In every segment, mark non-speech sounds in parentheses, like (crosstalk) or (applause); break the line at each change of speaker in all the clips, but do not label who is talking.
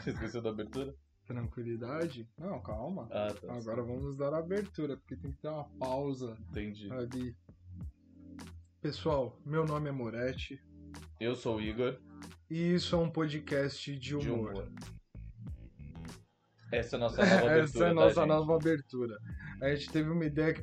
Você esqueceu da abertura?
Tranquilidade? Não, calma.
Ah, tá.
Agora vamos dar a abertura, porque tem que ter uma pausa
Entendi.
ali. Pessoal, meu nome é Moretti
Eu sou o Igor,
e isso é um podcast de humor.
de humor. Essa é a nossa nova abertura.
Essa é a nossa
tá,
nova abertura. A gente teve uma ideia que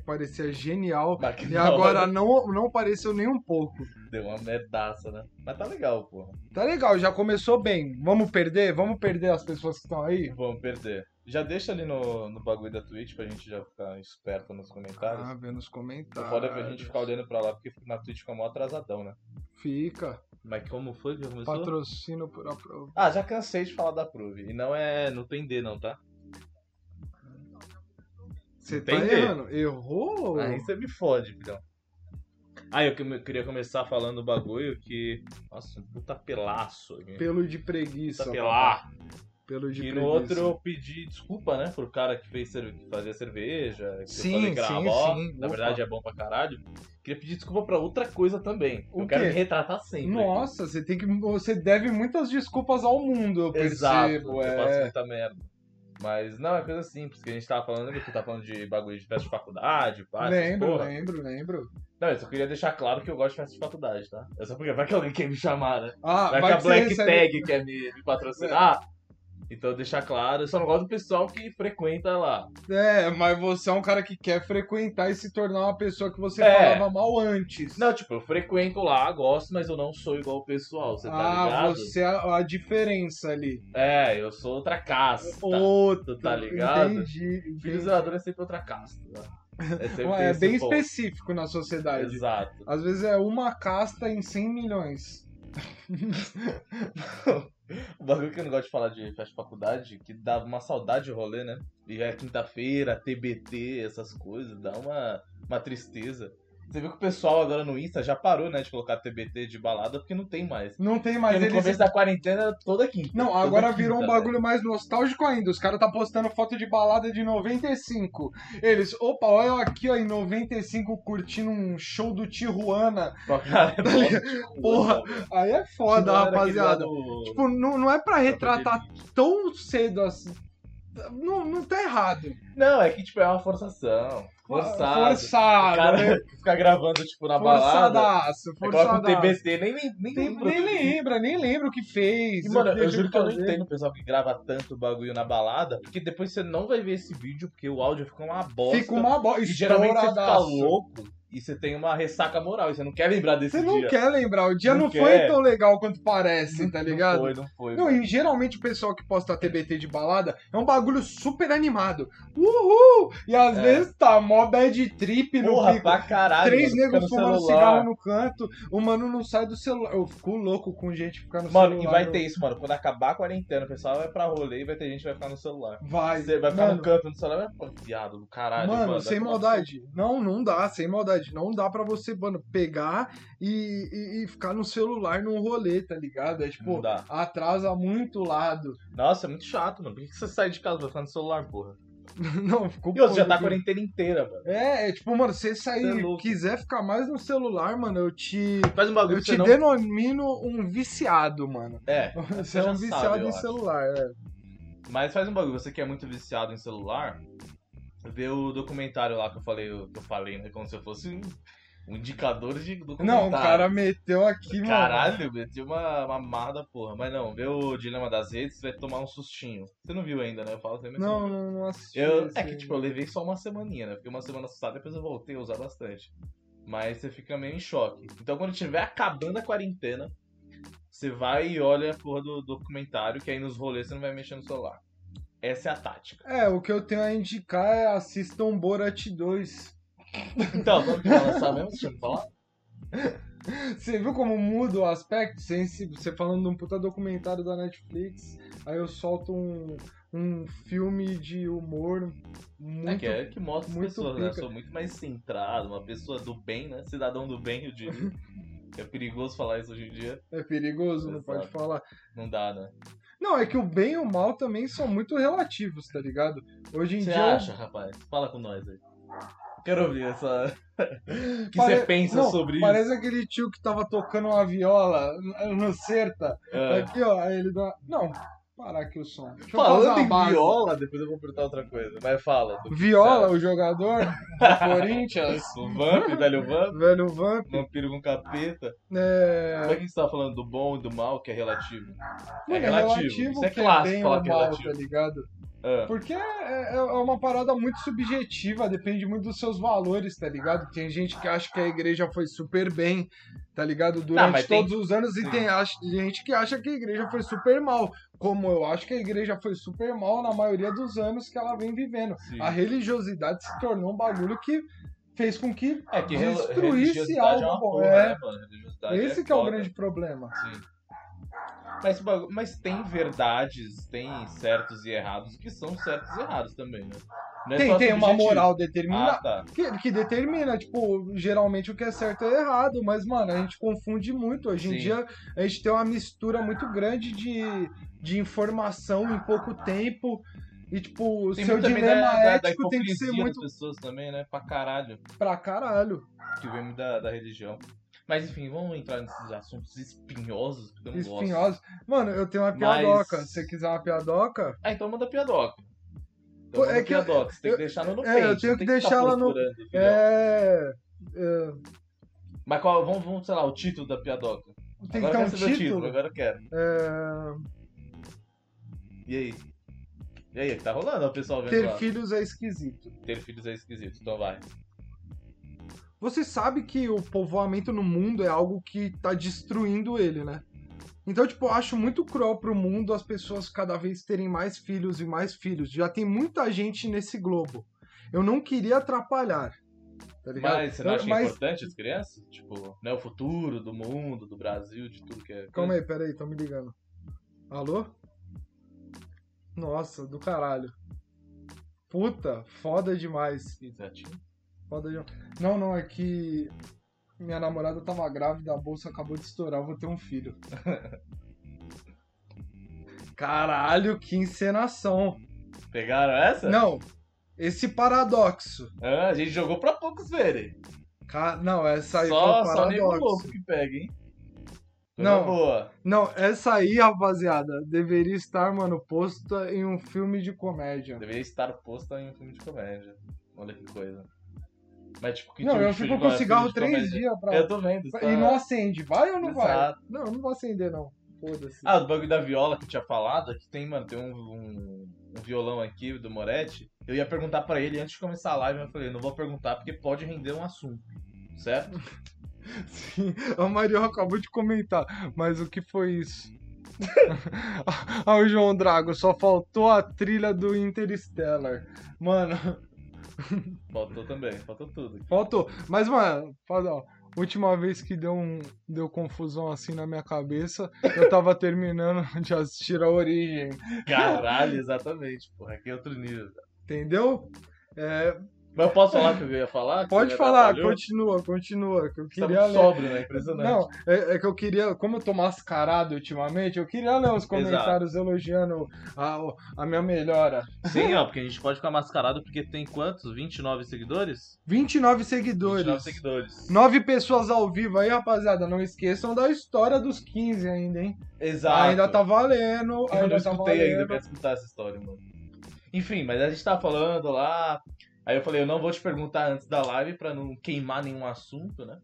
(laughs)
parecia genial
gente?
e agora não, não pareceu nem um pouco.
Deu uma merdaça, né? Mas tá legal, porra.
Tá legal, já começou bem. Vamos perder? Vamos perder as pessoas que estão aí?
Vamos perder. Já deixa ali no, no bagulho da Twitch pra gente já ficar esperto nos comentários.
Ah, tá. vê nos
o
comentários.
foda é pra gente ficar olhando pra lá, porque na Twitch fica mó atrasadão, né?
Fica.
Mas como foi que já começou?
Patrocínio por aprova.
Ah, já cansei de falar da Prove. E não é. Não tem D, não, tá?
Você tá
Entender. É,
errando? Errou?
Aí você me fode, filhão. Ah, eu que- queria começar falando do bagulho que. Nossa, um puta pelaço. aqui.
Pelo de preguiça.
Puta pelar.
Pelo de
Tá E
preguiça.
no outro eu pedi desculpa, né? Pro cara que fez cerve- que fazia cerveja. Que
Sim,
eu falei que era
sim,
uma mó,
sim.
Na
Opa.
verdade é bom pra caralho. Queria pedir desculpa pra outra coisa também.
O
eu quero
quê?
me retratar sempre.
Nossa, você tem que. Você deve muitas desculpas ao mundo, eu
Exato, assim,
percebo.
eu
é.
faço muita merda. Mas não, é coisa simples, que a gente tava falando, que tu tá falando de bagulho de festa de faculdade, pá, essas
lembro,
porra.
lembro, lembro.
Não, eu só queria deixar claro que eu gosto de festa de faculdade, tá? É só porque vai que alguém quer me chamar, né?
Ah,
Vai,
vai
que a
que você
Black
recebe-
Tag quer me, me patrocinar. Então deixar claro, eu só não gosto do pessoal que frequenta lá.
É, mas você é um cara que quer frequentar e se tornar uma pessoa que você
É.
falava mal antes.
Não, tipo, eu frequento lá, gosto, mas eu não sou igual o pessoal, você tá
ah,
ligado?
você é a, a diferença ali.
É, eu sou outra casta.
Outro,
tá ligado?
Entendi. entendi.
Filho zelador é sempre outra casta. né? É, sempre
Ué,
tem
é
esse
bem
ponto.
específico na sociedade.
Exato.
Às vezes é uma casta em 100 milhões.
O Um bagulho que eu não gosto de falar de festa de faculdade, que dá uma saudade de rolê, né? E é quinta-feira, TBT, essas coisas, dá uma, uma tristeza. Você viu que o pessoal agora no Insta já parou, né, de colocar TBT de balada, porque não tem mais.
Não tem
Porque
mais
no
Ah, eles.
começo da quarentena era toda quinta.
Não,
toda
agora
quinta, né?
virou um
velho.
bagulho mais nostálgico ainda. Os caras tá postando foto de balada de 95. Eles, opa, olha eu aqui, ó, em 95 curtindo um show
(laughs)
do Tijuana.
Pra
(laughs)
caralho,
Porra, Aí é foda,
Tijuana era aquele lá
rapaziada.
do-
Tipo, não, não é pra
da
retratar
pandemia.
tão cedo assim. Não, não tá errado.
Não, é que tipo, é uma forçação. Forçado.
Forçado.
O cara
Ah, né?
fica gravando, tipo, na balada.
Forçadaço,
aí Coloca um
forçadaço.
TBT, nem, nem, nem,
Nem,
lembro.
nem lembra, nem lembra o que fez.
né? E, mano,
o
eu juro que eu não
fazer.
entendo o pessoal que grava tanto bagulho na balada, porque depois você não vai ver esse vídeo, porque o áudio fica uma bosta.
Fica uma bola.
E geralmente você fica
estouradaço.
louco e você tem uma ressaca moral, e você não quer lembrar desse
Você
dia.
não quer lembrar, o dia
Não
não,
quer.
foi tão legal quanto parece, tá ligado?
Não foi, não foi.
Não, e geralmente o pessoal que posta TBT de balada é um bagulho super animado. Uhul! E às
É.
vezes tá mó bad trip no
Porra,
pico.
pra caralho.
Três
mano, fica
negros
no
fumando
celular.
cigarro no canto, o mano não sai do celular. Eu fico louco com gente ficar no
Mano,
celular.
e vai ter isso, mano. Quando acabar a quarentena, o pessoal vai pra rolê e vai ter gente que vai ficar no celular.
Vai,
Você vai ficar
mano,
no canto no celular, vai pô, viado do caralho.
Mano,
vai
sem
tomar-
maldade. Não, não dá, sem maldade. Não dá pra você, mano, pegar e, e- e ficar no celular num rolê, tá ligado? É
Não
tipo,
dá.
atrasa muito lado. (laughs)
Nossa, é muito chato, mano. Por que que você sai de casa pra ficar no celular, porra?
Não, ficou
E outro, já
puto,
tá a
viu?
quarentena inteira, mano.
É, é tipo, mano, se você sair
Cê é louco.
quiser ficar mais no celular, mano, eu te.
Faz um bagulho
Eu
que você
te
não...
denomino um viciado, mano.
É,
Você
você
é
já
um
sabe,
viciado
eu
em
acho.
celular, é.
Mas faz um bagulho, você que é muito viciado em celular, vê o documentário lá que eu falei, que eu falei, né? Como se eu fosse um, um indicador de documentário.
Não, o cara né? meteu aqui, mano.
Caralho, meti uma, uma marra da porra. Mas não, vê o Dilema das Redes, vai tomar um sustinho. Você não viu ainda, né? Eu falo sempre.
Não, não, não assisti.
Eu,
esse
é que,
aí.
tipo, eu levei só uma semaninha, né? Fiquei uma semana assustada, depois eu voltei a usar bastante. Mas você fica meio em choque. Então, quando tiver acabando a quarentena, você vai e olha a porra do documentário, que aí nos rolês você não vai mexer no celular. Essa é a
(laughs)
tática.
É, o que eu tenho a indicar é assistam Borat 2.
Então, vamos que vai lançar mesmo? Deixa eu falar.
Você viu como muda o aspecto? Sem se- Você falando de um puta documentário da Netflix, aí eu solto um, um filme de humor muito
é que, é que mostra as
muito
pessoas, né? Eu
pica.
sou muito mais centrado, uma pessoa do bem, né? Cidadão do bem, eu
(laughs)
diria. É perigoso falar isso hoje em dia.
É perigoso, não
Exato.
pode falar.
Não dá, né?
Não, é que o bem e o mal também são muito relativos, tá ligado? Hoje em
Você
dia.
acha, rapaz? Fala com nós aí. Quero ouvir essa. O (laughs) que
Pare-
você pensa
não,
sobre
Parece aquele tio que tava tocando uma viola no certa.
isso? Ah.
Aqui, ó, aí ele dá. Não, parar aqui o som. Deixa eu
Falando
fazer uma
em
base.
viola, depois eu vou perguntar outra coisa. Mas fala. do que
Viola,
você
o jogador
(laughs)
do Corinthians,
acha. O (laughs) Vamp, velho Vamp,
velho Vamp,
vampiro com capeta.
é.
Como é que você tá falando do bom e do mal, que é relativo?
Mano,
relativo, isso é
que
clássico
bem
falar
ou
que é
mal,
relativo.
tá ligado?
Ah,
Porque é, é- é uma parada muito subjetiva, depende muito dos seus valores, tá ligado? Tem gente que acha que a igreja foi super bem, tá ligado? Durante
mas tem-
todos os anos, e tem acha- gente que acha que a igreja foi super mal. Como eu acho que a igreja foi super mal na maioria dos anos que ela vem vivendo.
sim.
A religiosidade se tornou um bagulho que fez com que
É que rel-
destruísse
religiosidade é uma
algo,
porra,
é.
né, mano? Religiosidade
esse
é
que é o
foda.
grande problema.
Sim. Mas, esse bagu- mas tem verdades, tem certos e errados que são certos e errados também, né? Não é
Tem,
só
tem uma
subjetivo.
moral determinada,
Ah, tá.
Que, que determina, tipo, geralmente o que é certo é errado, mas, mano, a gente confunde muito. Hoje
Sim.
em dia a gente tem uma mistura muito grande de, de informação em pouco tempo. E, tipo, o
Tem
seu
muito também
dilema
da, da, da
ético tem que ser
hipocrisia
muito
das pessoas também, né? Pra caralho.
pra caralho.
Que vem muito da, da religião. Mas enfim, vamos entrar nesses assuntos espinhosos que eu não gosto.
Espinhosa. Mano, eu tenho uma
Mas-
piadoca. Se você quiser uma piadoca,
Ah, então manda piadoca. Então
Pô,
manda
é que eu-
piadoca. Você tem
eu-
que deixar no no
é, eu
pente,
tenho
não
que
tem ficar
deixar ela no-
procurando, entendeu?
é. é,
Mas qual, vamos, vamos, sei lá, o título da piadoca.
Tem que ter
agora
um
eu quero saber o título,
título.
agora eu quero.
É,
E aí? E aí, tá rolando, ó, o pessoal vendo
ter
lá.
filhos é esquisito.
Ter filhos é esquisito, então vai.
Você sabe que o povoamento no mundo é algo que tá destruindo ele, né? Então, tipo, eu acho muito cruel pro mundo as pessoas cada vez terem mais filhos e mais filhos. Já tem muita gente nesse globo. Eu não queria atrapalhar. Tá ligado?
Mas você não
Eu-
acha é
mas-
importante as crianças? Tipo, né, o futuro do mundo, do Brasil, de tudo que é.
Calma aí, peraí, tão me ligando. Alô? Nossa, do caralho. Puta, foda demais.
Ih, Zetinho.
Foda demais. Não, não, é que minha namorada tava grávida, a bolsa acabou de estourar, eu vou ter um filho. (laughs) Caralho, que encenação.
Pegaram essa?
Não, esse paradoxo.
Ah, a gente jogou pra poucos verem.
Ca- Não, essa aí
só
foi um
só nego
paradoxo.
louco que pega, hein?
Não.
Boa.
Não, essa aí, rapaziada, deveria estar, mano, posta em um filme de comédia.
Deveria estar posta em um filme de comédia. Olha que coisa. Mas tipo, que
não,
tipo
eu
de filme
fico
de
com
comédia? Filme
cigarro
de
três
comédia.
dias pra.
Eu tô vendo. Tá...
E não acende, vai ou não vai?
Exato.
Não, eu não vou acender, não. Foda-se.
Ah, do bagulho da viola que eu tinha falado, aqui tem, mano, tem um, um- um violão aqui do Moretti. Eu ia perguntar pra ele antes de começar a live, mas eu falei, não vou perguntar porque pode render um assunto. Certo?
Sim, a Mariel acabou de comentar, mas o que foi isso? (laughs) ah, o João Drago, só faltou a trilha do Interstellar. Mano, (laughs)
Faltou também, faltou tudo.
faltou. Mas, mano, fala, ó, última vez que deu, um, deu confusão assim na minha cabeça, eu tava terminando (laughs) de assistir a origem.
Caralho, exatamente, porra, aqui é outro nível.
Entendeu? É,
Mas eu posso falar o que eu ia falar? Que
pode
você me
falar,
atrapalhou?
continua, continua. Que eu
Você tá
queria
muito
ler.
sóbrio, né? Impressionante.
Não, é, é que eu queria, como eu tô mascarado ultimamente, eu queria ler uns comentários elogiando a, a minha melhora.
Sim, ó, porque a gente pode ficar mascarado porque tem quantos? 29 seguidores?
29 seguidores.
29 seguidores.
Nove pessoas ao vivo aí, rapaziada. Não esqueçam da história dos 15 ainda, hein?
Exato.
Ainda tá valendo.
Eu não
Ainda tá
escutei ainda, eu
valendo.
quero escutar essa história, mano. Enfim, mas a gente tava falando lá. Aí eu falei, eu não vou te perguntar antes da live pra não queimar nenhum assunto, né?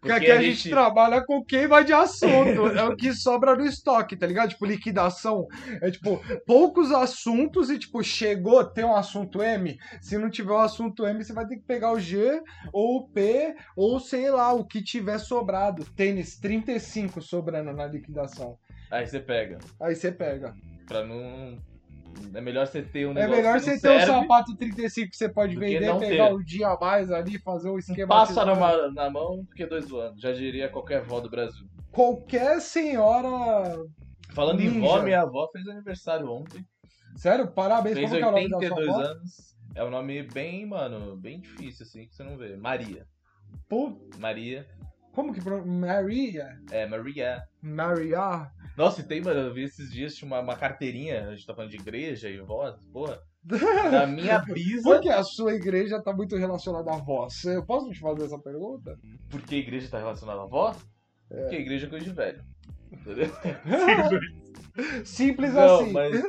Porque aqui a gente trabalha com queima de assunto. é o que sobra no estoque, tá ligado? Tipo, liquidação. É tipo, poucos assuntos e, tipo, chegou, tem um assunto M. Se não tiver o assunto M, você vai ter que pegar o G ou o P ou sei lá, o que tiver sobrado. Tênis, 35 sobrando na liquidação.
Aí você pega.
Aí você pega.
Pra não. É melhor você ter um
É
negócio.
melhor
que não
você ter um
serve,
sapato 35 que você pode
do que
vender,
não
pegar
ter.
um dia a mais ali, fazer um
Um
esquema.
pássaro na, ma- na mão do que dois voando. Já diria qualquer avó do Brasil.
Qualquer senhora.
Falando em
Ninja.
vó, minha avó fez aniversário ontem.
Sério, parabéns,
Fez
como que é o nome da sua
82
avó?
anos. É um nome bem, mano, bem difícil, assim, que você não vê. Maria.
Pô,
Maria.
como que pronuncia? Maria?
É, Maria.
Maria?
Nossa, e tem, mano, eu vi esses dias tinha uma, uma carteirinha, a gente tá falando de igreja e voz, porra. Da minha brisa.
Porque a sua igreja tá muito relacionada à voz. Eu posso te fazer essa pergunta?
Por que a igreja tá relacionada à voz? Porque a igreja é coisa de velho. Entendeu?
(laughs) Simples
Não,
assim.
mas-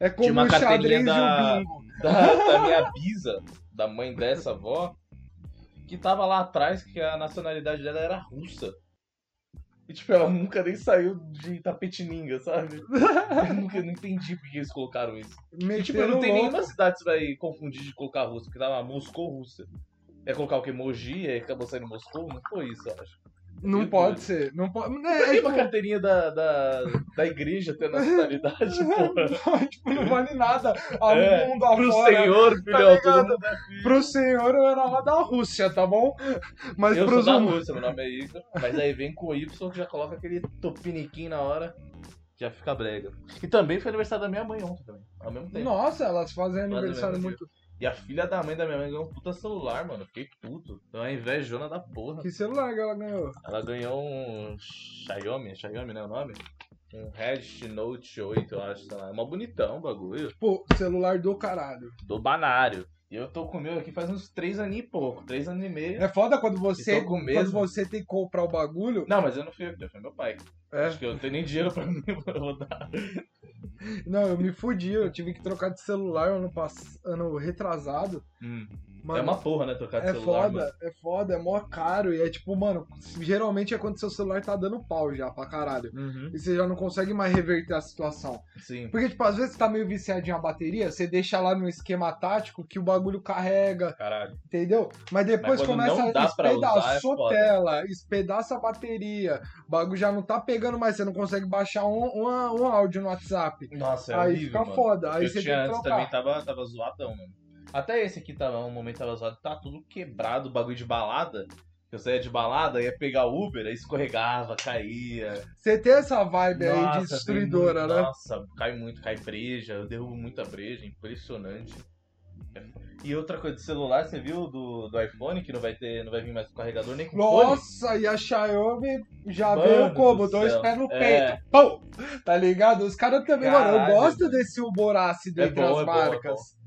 É
Tinha
como
uma
o xadrez
carteirinha da-
e o bingo.
da, da minha bisa, da mãe dessa avó, que tava lá atrás que a nacionalidade dela era russa. E tipo, ela nunca nem saiu de tapetininga, sabe? Eu nunca não entendi por que eles colocaram isso. E, tipo,
Meteram
não tem
louco.
nenhuma cidade que você vai confundir de colocar russa, porque tava Moscou russa. É colocar o que? Mogi, e aí acabou saindo Moscou? Não foi isso, eu acho.
Não pode ser. Não pode. É, é, (laughs)
Tem
tipo,
uma carteirinha da, da, da igreja ter
(laughs)
nacionalidade, porra.
tipo, não vale nada ao
É,
mundo afora.
Pro senhor, filhão, todo
tá ligado?
mundo é filho.
Pro senhor eu era lá da Rússia, tá bom? Mas
Eu sou
pros hum-,
da
humanos.
Rússia, meu nome é Igor. Mas aí vem com o Y que já coloca aquele topiniquim na hora. Já fica brega. E também foi aniversário da minha mãe ontem também. Ao mesmo tempo.
Nossa, elas fazem
Fazem
aniversário
mesmo,
muito.
E a filha da mãe da minha mãe ganhou um puta celular, mano. Fiquei puto. Então é invejona da porra.
Que celular que ela ganhou?
Ela ganhou um Xiaomi, Xiaomi não é o nome? Um Red Note 8, eu acho. sei lá. É mó bonitão o bagulho.
Pô, celular do caralho.
Do banário. E eu tô com o meu aqui faz uns 3 anos e pouco. 3 anos e meio.
É foda quando você,
Então, com
quando
mesmo.
você tem que comprar o bagulho.
Não, mas eu não fui eu que dei, foi meu pai.
É.
Acho que eu não tenho nem dinheiro pra (laughs) mim. Eu vou dar.
Não, eu me fudi, eu tive que trocar de celular ano, pass... ano retrasado.
Hum.
Mano,
é uma porra, né? Trocar de
é
celular.
foda,
mano.
é foda, é mó caro. E é tipo, mano, geralmente é quando seu celular tá dando pau já pra caralho.
Uhum.
E você já não consegue mais reverter a situação.
Sim.
Porque, tipo, às vezes você tá meio viciadinho a bateria, você deixa lá no esquema tático que o bagulho carrega,
Caralho.
entendeu? Mas
Mas
depois
quando
começa
não
a
dá pra usar, é
espedaçar a
foda.
tela, espedaça a bateria, o bagulho já não tá pegando mais, você não consegue baixar um, uma- um áudio no WhatsApp.
Nossa, é
aí
horrível,
fica
mano.
foda, aí
eu
você tem
tinha
que
antes
trocar.
também tava, tava zoadão, mano. Até esse aqui tava, um momento tava zoado, tá tudo quebrado, bagulho de balada. Eu saía de balada, ia pegar Uber, aí escorregava, caía.
Você tem essa vibe aí
Nossa,
de
tem
É
um
destruidora,
muito-
né?
Nossa, cai muito, cai breja, eu derrubo muita breja, impressionante. E outra coisa de celular, você viu do, do iPhone que não vai ter, não vai vir mais carregador nem com fone?
Nossa, e a Xiaomi já
Mano
veio como?
do
Dois
céu.
pés no
É.
peito. Pum! Tá ligado? Os caras também, mano,
Caralho,
eu gosto
mano.
desse humor ácido
É
entre
bom,
as
é bom, é
marcas.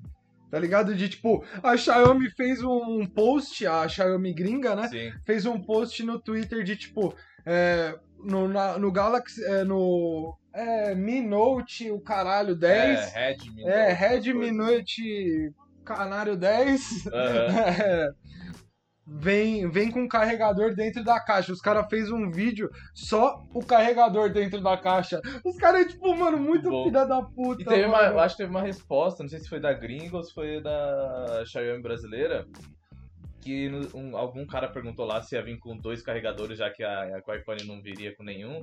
Tá ligado? De tipo, a Xiaomi fez um post, a Xiaomi gringa, né?
Sim.
Fez um post no Twitter de tipo, é, no, na- no Galaxy, é, no é, Mi Note, o caralho, 10.
É, Redmi.
É,
não,
Redmi
essas
Note Canário 10.
coisas. Aham.
(laughs) É. Vem, vem com um carregador dentro da caixa. Os caras fez um vídeo só o carregador dentro da caixa. Os caras, tipo, mano, muito
Bom.
filha da puta.
E teve uma,
mano.
eu acho que teve uma resposta, não sei se foi da gringa ou se foi da Xiaomi brasileira, que no- um- algum cara perguntou lá se ia vir com dois carregadores, já que a, a que o iPhone não viria com nenhum.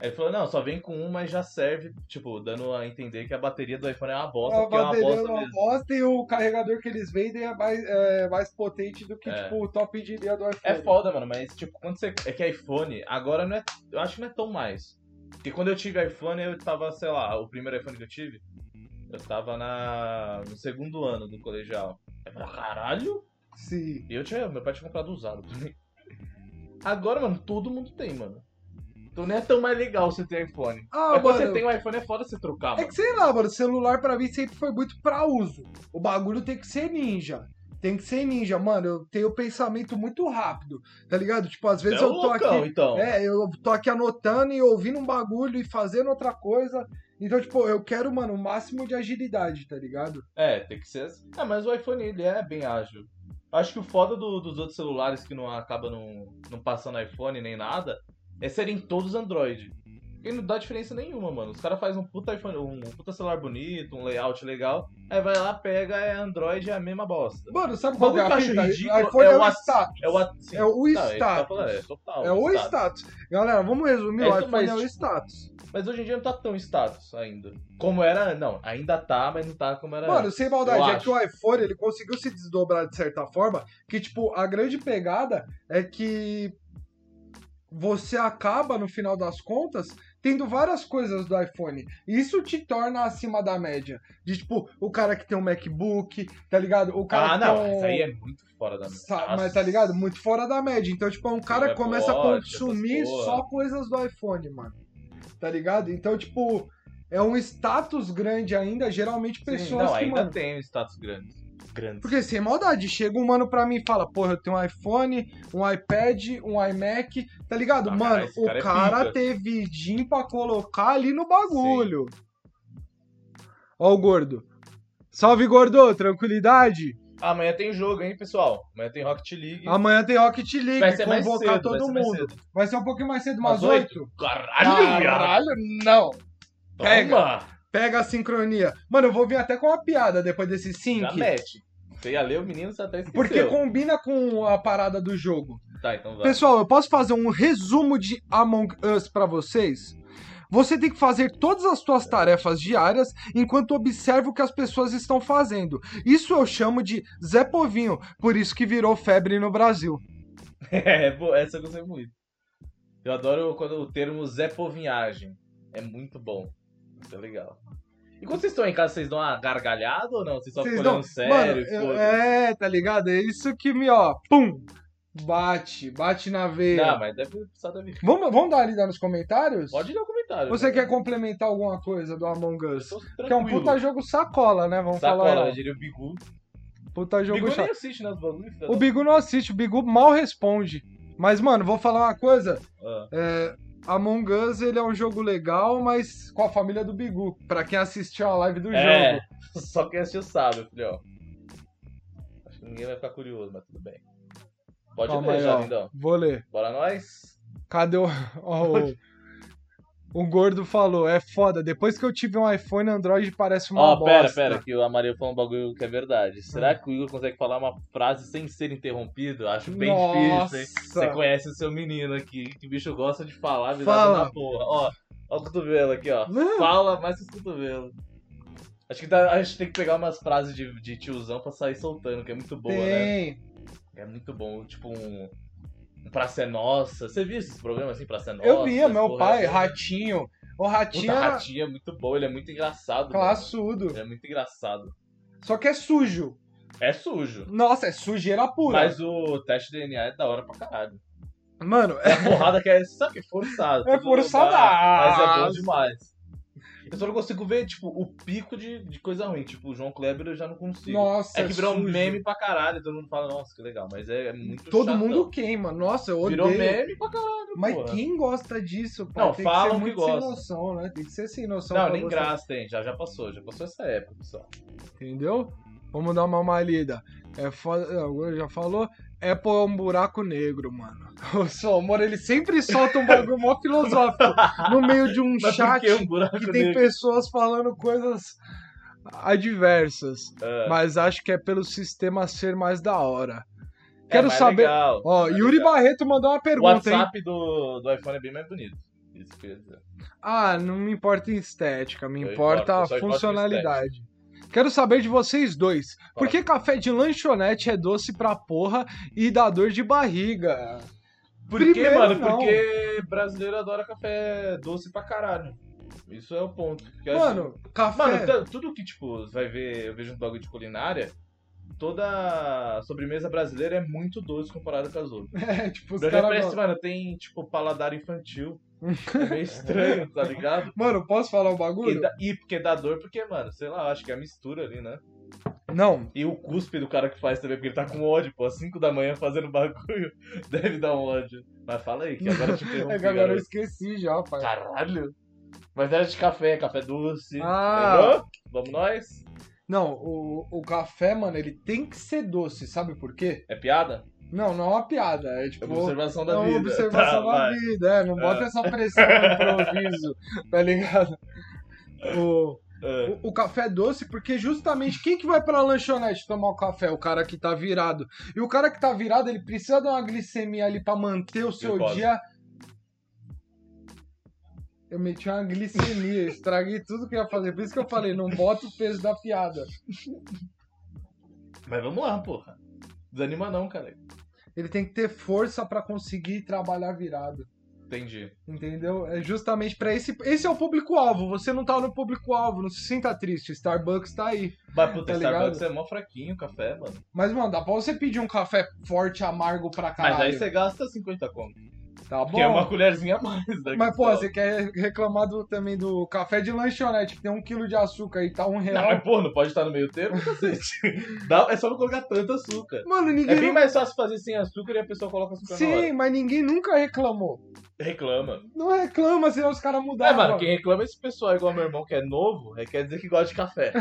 Aí ele falou, não, só vem com um, mas já serve, tipo, dando a entender que a bateria do iPhone é uma bosta,
A
porque é uma
bateria é
bosta
uma
mesmo.
bosta e o carregador que eles vendem é mais, é, mais potente do que,
É.
tipo, o top de linha do iPhone.
É foda, mano, mas tipo, quando você. É que iPhone, agora não é. Eu acho que não é tão mais. Porque quando eu tive iPhone, eu tava, sei lá, o primeiro iPhone que eu tive, eu tava na. no segundo ano do colegial. Eu falei, caralho!
Sim.
E eu tinha. Meu pai tinha comprado usado também. Agora, mano, todo mundo tem, mano. Então não é tão mais legal você ter iPhone.
Ah,
Mas quando
mano.
você tem um iPhone é foda você trocar,
É
mano.
que sei lá, mano, celular pra mim sempre foi muito pra uso. O bagulho tem que ser ninja. Tem que ser ninja, mano. Eu tenho pensamento muito rápido, tá ligado? Tipo, às vezes
é
eu tô
loucão,
aqui.
então.
É, eu tô aqui anotando e ouvindo um bagulho e fazendo outra coisa. Então, tipo, eu quero, mano, o máximo de agilidade, tá ligado?
É, tem que ser assim. Ah, mas o iPhone ele é bem ágil. Acho que o foda do- dos outros celulares que não acaba não, não passando iPhone nem nada é serem todos Android. E não dá diferença nenhuma, mano. Os caras fazem um puta iPhone, um puta celular bonito, um layout legal, aí vai lá, pega, é Android, é a mesma bosta.
Mano, sabe
O
qual que é
bagulho que
a
eu
fita?
acho ridículo
iPhone
é
é
o
o
ac-
status.
É o assim,
É o
Tá, ele tá falando-
status.
é, total,
É o
status.
status. Galera, vamos resumir.
É
O
isso,
iPhone
mas,
é o
tipo,
status.
Mas hoje em dia não tá tão status ainda. Como era, não, ainda tá, mas não tá como era.
Mano, sem maldade,
eu
é que o iPhone ele conseguiu se desdobrar de certa forma, que tipo, a grande pegada é que você acaba no final das contas tendo várias coisas do iPhone. E Isso te torna acima da média. De tipo, o cara que tem um MacBook, tá ligado? O cara
Ah,
que
não,
tem um...
isso aí é muito fora da
Sa-
Nossa.
Mas tá ligado? Muito fora da média. Então, tipo, é um cara que
Apple
começa a
Watch, essas
consumir
porra.
só coisas do iPhone, mano. tá ligado? Então, tipo, é um status grande ainda, geralmente pessoas
Sim, não,
que,
ainda
mano...
tem um status grande. Grande.
Porque sem maldade, chega um mano pra mim e fala, porra, eu tenho um iPhone, um iPad, um iMac, tá ligado?
Ah,
mano,
cara, esse
o
cara
cara,
é pica.
teve din pra colocar ali no bagulho. Ó o gordo. Salve, gordo, tranquilidade?
Ah, Amanhã tem jogo, hein, pessoal? Amanhã tem Rocket League.
Amanhã tem Rocket League,
vai ser mais
convocar
cedo, vai
todo
ser mais
mundo.
cedo.
Vai ser um pouquinho mais cedo,
Umas
umas oito.
Caralho, viado.
não.
Toma!
Pega a sincronia. Mano, eu vou vir até com uma piada depois desse sync.
Já mete. Você ia ler o menino, você até esqueceu.
Porque combina com a parada do jogo.
Tá, então vai.
Pessoal, eu posso fazer um resumo de Among Us pra vocês? Você tem que fazer todas as suas tarefas diárias enquanto observa o que as pessoas estão fazendo. Isso eu chamo de Zé Povinho, por isso que virou febre no Brasil.
(laughs) É, bo- essa eu gostei muito. Eu adoro quando o termo Zé Povinhagem. É muito bom. Isso é legal. E quando vocês estão em casa, vocês dão uma gargalhada ou não? Vocês só
Vocês
ficam
dão-
olhando
Mano,
Tá sério? tipo,
eu-
foda-se?
é, tá ligado? É isso que me, ó, pum, bate, bate na veia.
Não, mas deve precisar da minha.
Vamos, vamos dar uma lida nos comentários?
Pode ler o comentário.
Você
né?
quer complementar alguma coisa do Among
Eu
Us?
tô
Que é um
tranquilo.
puta jogo sacola, né? Vamos
Sacola,
falar.
eu diria o Bigu.
Puta
O
jogo
Bigu
chato.
nem assiste nas bagulhos.
O Bigu não assiste, o Bigu mal responde. Mas, mano, vou falar uma coisa.
Ah.
É, Among Us, ele é um jogo legal, mas com a família do Bigu. Pra quem assistiu a live do
É,
um
(laughs)
jogo.
só quem assistiu sabe, filhão. Acho que ninguém vai ficar curioso, mas tudo bem. Pode
Calma
ler
aí,
já,
ó.
lindão.
Vou ler.
Bora nós?
Cadê o... (laughs) ó, o... o gordo falou, é foda, depois que eu tive um iPhone, Android parece uma
Ó,
bosta. Ah.
pera, pera, que a Maria falou um bagulho que é verdade. Será que o Igor consegue falar uma frase sem ser interrompido? Acho bem
Nossa.
difícil, hein? Você conhece o seu menino aqui, que o bicho gosta de falar, virado
Fala.
na porra. Ó, ó o cotovelo aqui, ó.
Não.
Fala mais que o cotovelo. Acho que dá- a gente tem que pegar umas frases de, de tiozão pra sair soltando, que é muito boa, né?
Tem.
É muito bom, tipo um. um Pra ser nossa. Você viu esses programas assim, pra ser nossa?
eu via meu
Porra,
pai,
é-
Ratinho. O Ratinho
Puta,
era
ratinho é muito bom, ele é muito engraçado. mano.
classudo.
Ele é muito engraçado.
Só que é sujo.
É sujo.
Nossa, é sujeira pura.
Mas o teste de DNA é da hora pra caralho.
Mano,
É a porrada que é, sabe, forçada.
É
todo lugar, Mas
forçadaço.
é bom demais. Eu só não consigo ver, tipo, o pico de, de coisa ruim. Tipo, o João Kleber eu já não consigo.
nossa,
é que virou
sujo.
meme pra caralho. Todo mundo fala, nossa, que legal. Mas é, é muito
Todo
chatão.
mundo queima. Nossa, eu odeio.
Virou meme pra caralho,
Mas
porra.
quem gosta disso, pô?
Não,
Tem
falam
que ser
que
muito
gosta.
sem noção, né? Tem que ser sem noção.
Não,
pra
nem
você-
graça tem. Já, já passou. Já passou essa época, pessoal.
Entendeu? Vamos dar uma malida. É foda. Agora já falou. Apple é um buraco negro, mano. (laughs) O seu amor, ele sempre solta um bagulho mó filosófico no meio de um
(laughs) Mas por
chat
que um buraco
que tem
negro?
pessoas falando coisas adversas.
É.
Mas acho que é pelo sistema ser mais da hora.
É
Quero
mais
saber.
legal.
Ó,
É
Yuri
legal.
Barreto mandou uma
O
pergunta, hein?
WhatsApp do, do iPhone é bem mais bonito. Isso que eu ia dizer.
Ah, não me importa em estética, me
Eu importo,
importa
eu
a
só importo em
funcionalidade. Quero saber de vocês dois. Por
Fala.
que café de lanchonete é doce pra porra e dá dor de barriga?
Por quê,
Primeiro,
mano?
não.
Porque brasileiro adora café doce pra caralho. Isso é o ponto. Porque, assim,
Mano, café.
mano, t- tudo que, tipo, vai ver, eu vejo um bagulho de culinária, toda sobremesa brasileira é muito doce comparada com as outras.
(laughs) é, tipo, os
Pra mim
caras.
parece,
Mano,
mano, tem, tipo, paladar
(laughs)
infantil. É meio estranho, tá ligado?
Mano, posso falar um
E,
bagulho?
dá- e porque dá dor, porque, mano, sei lá, acho que é a mistura ali, né?
Não,
E o cuspe do cara que faz também, porque ele tá com ódio, pô, às 5 da manhã fazendo bagulho, (laughs) deve dar um ódio. Mas fala aí, que agora eu
(laughs)
te pergunto.
é que agora eu esqueci já, pai.
Caralho! Mas era de café, café doce.
Ah.
Lembrou? Vamos nós?
Não, o, o café, mano, ele tem que ser doce, sabe por quê?
É piada?
Não, não é uma piada. É tipo.
É uma observação da
é uma
vida.
observação
Tá,
da
vai.
vida, é, não bota essa
(laughs)
pressão no improviso, tá ligado? O,
É.
o, o café doce, porque justamente quem que vai pra lanchonete tomar o café? O cara que tá virado. E o cara que tá virado, ele precisa de uma glicemia ali pra manter o seu
Glicose.
dia. Eu meti uma glicemia, estraguei tudo que eu ia fazer. Por isso que eu falei, não bota o peso da piada.
Mas vamos lá, porra. Desanima não, cara.
Ele tem que ter força pra conseguir trabalhar virado.
Entendi.
Entendeu? É justamente pra esse. Esse é o público-alvo. Você não tá no público-alvo, não se sinta triste. Starbucks tá aí.
Mas puta,
Tá
Starbucks
ligado?
é mó fraquinho o café, mano.
Mas, mano, dá pra você pedir um café forte, amargo pra caralho.
Mas aí você gasta 50 conto.
Tá bom.
Que é uma colherzinha a mais da
Mas, pô, assim,
questão.
você quer reclamar do- também do café de lanchonete, que tem um quilo de açúcar e tá um
Não, é
real.
mas pô, não pode estar no meio termo, cacete. (laughs) Dá- é só não colocar tanto açúcar.
Mano, ninguém.
É bem
nu-
mais fácil fazer sem açúcar e a pessoa coloca açúcar na hora.
Sim, mas ninguém nunca reclamou.
Reclama.
Não reclama, senão os caras
É,
mudaram.
mano, quem reclama é esse pessoal igual meu irmão que é novo, é, quer dizer que gosta de café.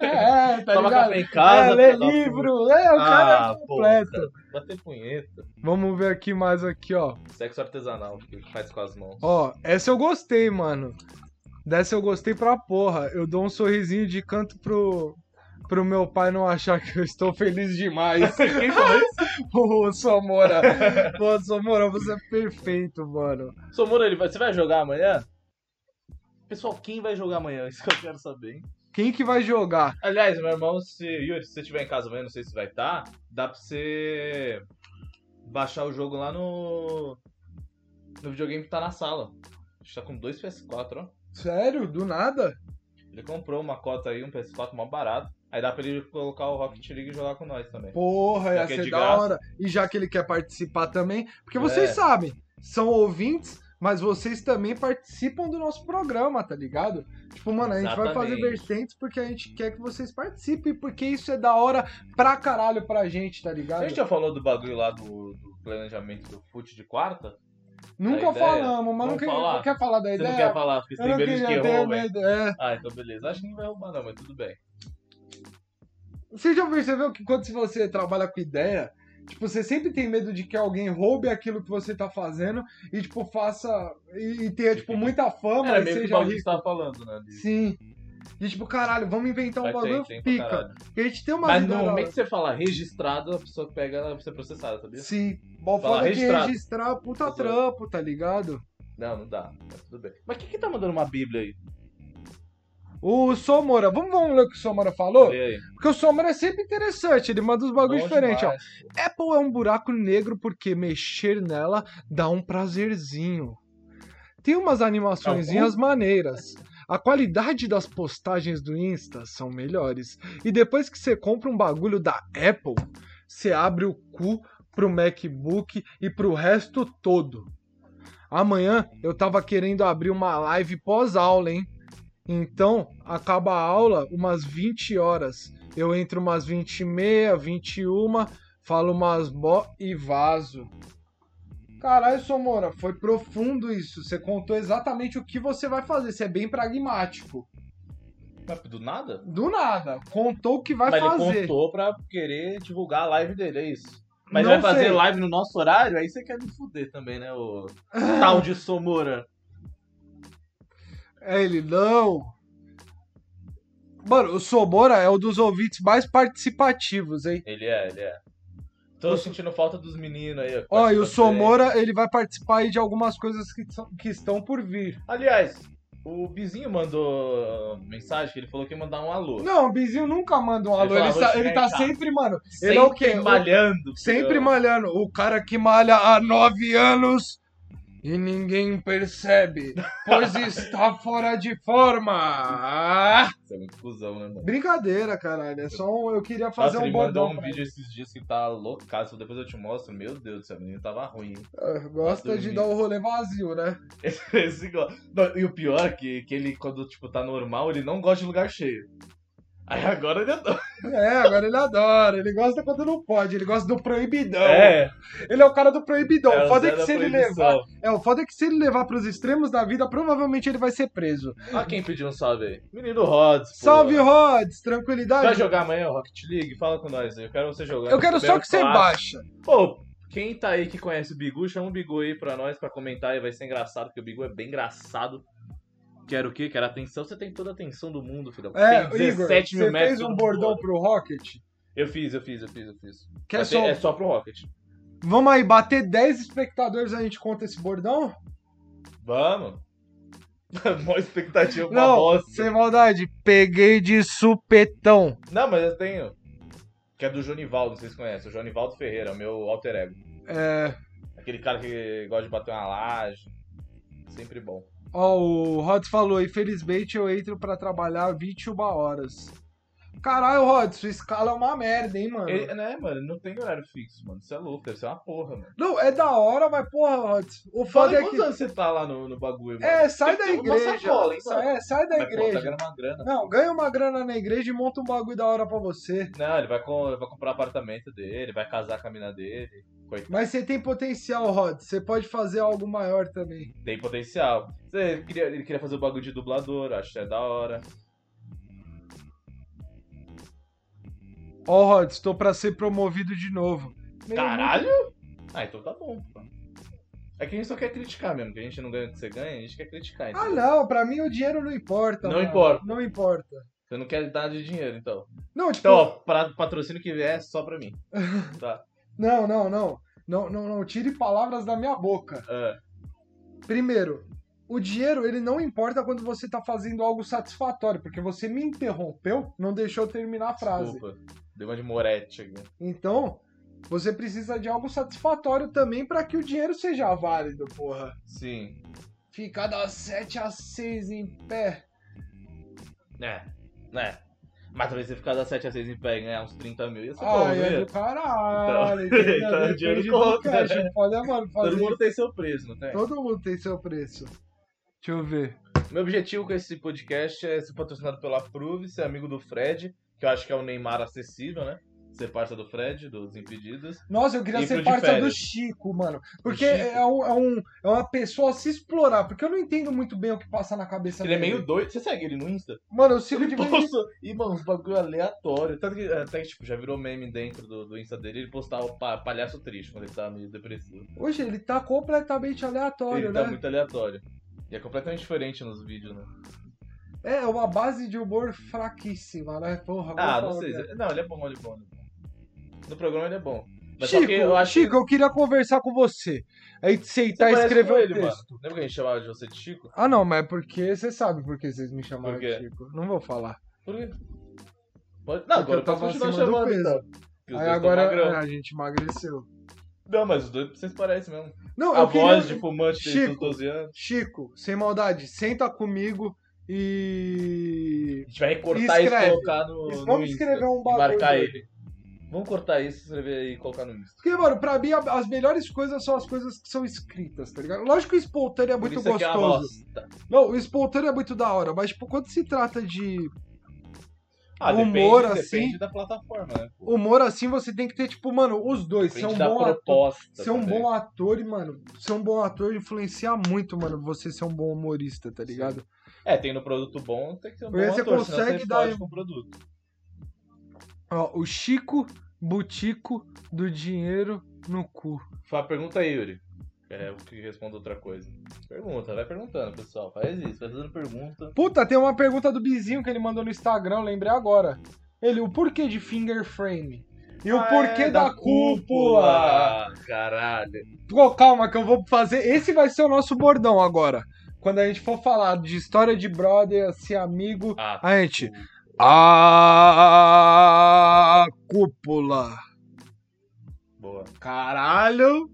É, tá
Toma
ligado?
café em casa,
é, lê
filha da puta.
livro, é, o cara
Ah,
é
pô,
completo.
cara, bater punheta.
Vamos ver aqui mais aqui, ó.
Sexo artesanal, que faz com as mãos.
Ó, essa eu gostei, mano. Dessa eu gostei pra porra. Eu dou um sorrisinho de canto pro, pro meu pai não achar que eu estou feliz demais.
Quem falou isso?
Ô, Somora. Pô, Somora, você é perfeito, mano.
(laughs) Somura, ele vai- você vai jogar amanhã? Pessoal, quem vai jogar amanhã? (laughs) Isso que eu quero saber, hein?
Quem que vai jogar?
Aliás, meu irmão, se, Yuri, se você estiver em casa amanhã, não sei se vai estar, dá pra você baixar o jogo lá no. No videogame que tá na sala. A gente tá com dois PS4, ó.
Sério? Do nada?
Ele comprou uma cota aí, um PS4 mó barato. Aí dá pra ele colocar o Rocket League e jogar com nós também.
Porra,
Já
ia
que é
ser
de
da
graça.
hora. E já que ele quer participar também, porque
É.
vocês sabem, são ouvintes, mas vocês também participam do nosso programa, tá ligado? Tipo, mano, a gente vai fazer
Exatamente.
vertentes porque a gente quer que vocês participem, porque isso é da hora pra caralho pra gente, tá ligado?
A gente já falou do bagulho lá do, do planejamento do fute de quarta?
Nunca
a ideia.
falamos, mas não
Vamos
quer,
falar?
não quer falar da
Você
ideia?
não quer falar, porque você
é, Eu
tem
não
medo de que
queria ter
roubem.
medo, é.
Ah, então beleza. Acho que não vai roubar não, mas tudo bem.
Você já percebeu que quando você trabalha com ideia, tipo, você sempre tem medo de que alguém roube aquilo que você tá fazendo e, tipo, faça. E, e tenha, tipo, muita fama
Era
e
meio que o
seja
bagulho que
rico.
você tava falando, né? de-
Sim. E, tipo, caralho, vamos inventar
Vai
um
ter,
bagulho
tem pra
pica.
caralho.
Porque a gente tem uma
Mas
vida
no
da hora.
momento que você fala registrado, a pessoa que pega ela vai ser processada, sabia?
Sim. Bom,
Fala,
foda é que
registrado.
registrar puta
Tá certo.
trampo, tá ligado?
Não, não dá. Mas tudo bem. Mas quem que tá mandando uma bíblia aí?
O Somora, vamos, vamos ler o que o Somora falou?
Vê aí.
Porque o Somora é sempre interessante, ele manda uns bagulhos
Bom
diferentes, ó.
demais.
Apple é um buraco negro porque mexer nela dá um prazerzinho. Tem umas animaçõezinhas maneiras. A qualidade das postagens do Insta são melhores. E depois que você compra um bagulho da Apple, você abre o cu pro MacBook e pro resto todo. Amanhã eu tava querendo abrir uma live pós-aula, hein? Então, acaba a aula umas 20 horas. Eu entro umas 20 e meia, 21, falo umas bo e vaso. Caralho, Somora, foi profundo isso. Você contou exatamente o que você vai fazer. Você é bem pragmático.
Mas é do nada?
Do nada. Contou o que vai
Mas
fazer.
ele contou pra querer divulgar a live dele, é isso. Mas
Não
vai fazer
sei.
live no nosso horário? Aí você quer me fuder também, né,
(laughs)
ô tal de Somora?
É ele, não. Mano, o Somora é um dos ouvintes mais participativos, hein?
Ele é, ele é. Tô sentindo falta dos meninos aí.
Ó, e o
Somora.
Somora, ele vai participar aí de algumas coisas que, são- que estão por vir.
Aliás, o Bizinho mandou mensagem que ele falou que ia mandar um alô.
Não, o Bizinho nunca manda um
Ele
alô. Ele,
fala, "Vou
sa-
chegar
ele
em
tá
casa."
sempre, mano.
Sempre
Ele é o quê? O-
malhando.
Sempre
filho.
malhando. O cara que malha há nove anos e ninguém percebe,
(laughs)
pois está fora de forma. Ah!
Você é muito cuzão, né, mano?
Brincadeira, caralho. É só um, eu queria fazer
Nossa,
um
ele mandou
bordão.
um
pra
vídeo esses dias que tá loucaço, depois eu te mostro. Meu Deus do céu, o menino tava ruim. (laughs) hein?
ele. Ah, Gosta
Dormir.
de dar o rolê vazio, né?
Esse go- Não, e o pior é que, que ele, quando, tipo, tá normal, ele não gosta de lugar cheio. Aí agora ele adora.
É, agora ele adora. Ele gosta quando não pode. Ele gosta do proibidão.
É,
Ele é o cara do proibidão.
é
o foda
Zé
é que
da
se ele
proibição.
levar. É, o foda é que se ele levar pros extremos da vida, provavelmente ele vai ser preso.
Olha quem pediu um salve aí. Menino Rods. pô.
Salve, Rods!
Vai
Tranquilidade.
jogar amanhã Rocket League? Fala com nós aí. Eu quero você jogar.
Eu quero só
Primeiro
que você
clássico.
baixa.
Pô, quem tá aí que conhece o Bigu, chama o Bigu aí pra nós pra comentar e vai ser engraçado, porque o Bigu é bem engraçado. Quero o quê? Quero atenção. Você tem toda a atenção do mundo, filho.
É,
tem
Igor,
17 mil
você
metros.
fez
todo
um bordão
mundo.
pro Rocket?
Eu fiz, eu fiz, eu fiz, eu fiz.
Quer
Vai ter-
só... um?
É só pro Rocket.
Vamos aí, bater 10 espectadores, a gente conta esse bordão?
Vamos. (laughs) Mó expectativa, uma
Não,
bosta.
sem maldade, peguei de supetão.
Não, mas eu tenho. Que é do Jonivaldo, vocês conhecem. O Jonivaldo Ferreira, meu alter ego.
É...
Aquele cara que gosta de bater uma laje. Sempre bom.
Ó, o Rods falou, infelizmente eu entro pra trabalhar 21 horas. Caralho, Rod, sua escala é uma merda, hein, mano?
Ele, né, mano? Não tem horário fixo, mano. Isso é louco, deve ser uma porra, mano.
Não, é da hora, mas porra, Rod. O
Fala
foda
aí
é que.
quantos anos você tá lá no, no bagulho, mano.
É, sai
Tem
da
que ter uma
igreja.
sacola, hein, sabe?
é, sai da
Vai pô, tá
igreja.
ganhando uma grana.
Não, ganha uma grana na igreja e monta um bagulho da hora pra você.
Não, ele vai, com- vai comprar o apartamento dele, vai casar com a mina dele. Coitado.
Mas você tem potencial, Rod. Você pode fazer algo maior também.
Tem potencial. Ele queria, ele queria fazer o bagulho de dublador, acho que é da hora.
Ó, Rod, estou pra ser promovido de novo. Meu,
Caralho! Ah, então tá bom, pô. É que a gente só quer criticar mesmo, que a gente não ganha o que você ganha, a gente quer criticar.
Ah,
entendeu?
não, pra mim o dinheiro não importa.
Não
mano.
importa.
Não importa.
Você não quer dar de dinheiro, então.
Não, tipo,
Então, ó, pra- patrocínio que vier é só pra
(laughs)
mim. Tá.
não, não, não. Não, não, não tire palavras da minha boca.
Ah,
Primeiro, o dinheiro ele não importa quando você tá fazendo algo satisfatório, porque você me interrompeu, não deixou eu terminar a frase.
desculpa. Deu uma de Moretti aqui.
Então, você precisa de algo satisfatório também pra que o dinheiro seja válido, porra.
Sim.
Ficar das 7 às 6 em pé.
É. Né. Mas talvez você ficar das 7 a 6 em pé e ganhar uns 30 mil ia ser bom, né?
Ah,
não
é
ia?
do caralho.
tá Então-
entendeu?
(laughs) então o
Depende
dinheiro
do é,
conta,
cash, Olha, mano, fazer...
Todo mundo tem seu preço, não tem?
Todo mundo tem seu preço. Deixa eu ver.
Meu objetivo com esse podcast é ser patrocinado pela Prove, ser amigo do Fred, que eu acho que é o Neymar acessível, né? Ser parça do Fred, dos Impedidos.
Nossa, eu queria
E pro
ser
de
parça do
férias.
Chico, mano. Porque
Chico?
É, um, é, um- é uma pessoa a se explorar. Porque eu não entendo muito bem o que passa na cabeça
Ele é
dele.
meio doido. Você segue ele no Insta?
Mano, eu sigo
(laughs)
de
Ele
vez em-
posta, e, mano, uns bagulho aleatório. Tanto que até que, tipo, já virou meme dentro do, do Insta dele. Ele postava o pa- palhaço triste quando ele tava meio depressivo.
Hoje ele tá completamente aleatório,
ele
né?
tá muito aleatório. E é completamente diferente nos vídeos, né?
É, uma base de humor fraquíssima, né? Porra, vou
Ah, não
falar,
sei.
cara.
Não, ele é bom, ele é bom. ele é bom. No programa ele é bom. Mas
Chico,
só que eu acho
Chico, eu queria conversar com você. Aí você
que
tá
parece com
escrevendo
ele,
texto.
mano. Lembra que a gente chamava de você de Chico?
Ah, não, mas é porque você sabe por que vocês me chamaram
Por
de
quê?
Chico. Não vou falar.
Por quê? Pode- Não,
Porque eu
agora eu posso
tava
continuar
acima do
chamando,
peso.
então. Porque os dois
Aí
tão magrão.
agora Ah. a gente emagreceu.
Não, mas os dois vocês parecem mesmo.
Não,
A
eu queria...
voz de fumante desde os
Chico.
12 anos.
Chico, sem maldade, senta comigo e.
A gente vai cortar isso e
Escreve.
colocar no. no
Vamos
Insta.
escrever um
E
bagulho.
marcar ele. Vamos cortar isso, escrever e colocar no Insta.
Porque, mano, pra mim a- as melhores coisas são as coisas que são escritas, tá ligado? Lógico que o espontâneo é
Por
muito
isso aqui é uma
gostoso.
bosta.
Não, o espontâneo é muito da hora, mas, tipo, quando se trata de
Ah,
Humor,
depende,
assim.
depende da plataforma, né? pô?
humor assim, você tem que ter, tipo, mano, os dois. Ser
Depende
um
da
bom ator.
proposta. tá
Ser um
também.
bom ator e, mano, ser um bom ator influencia muito, mano, você ser um bom humorista, tá ligado?
É, tem no produto bom, tem que ser um bom
Porque você
ator, senão
consegue
você
dar- um-
fode com o produto.
Ó, o Chico Butico do dinheiro no cu.
Fala, pergunta aí, Yuri. É, o que responde outra coisa. Pergunta, vai perguntando, pessoal. Faz isso, vai fazendo pergunta.
Puta, tem uma pergunta do Bizinho que ele mandou no Instagram, eu lembrei agora. Ele, o porquê de finger frame? E o
Ah,
porquê
é,
da, cúpula?
Ah, Caralho.
Pô, calma que eu vou fazer. Esse vai ser o nosso bordão agora. Quando a gente for falar de história de brother, ser amigo,
Ah,
a gente. A cúpula.
boa.
Caralho!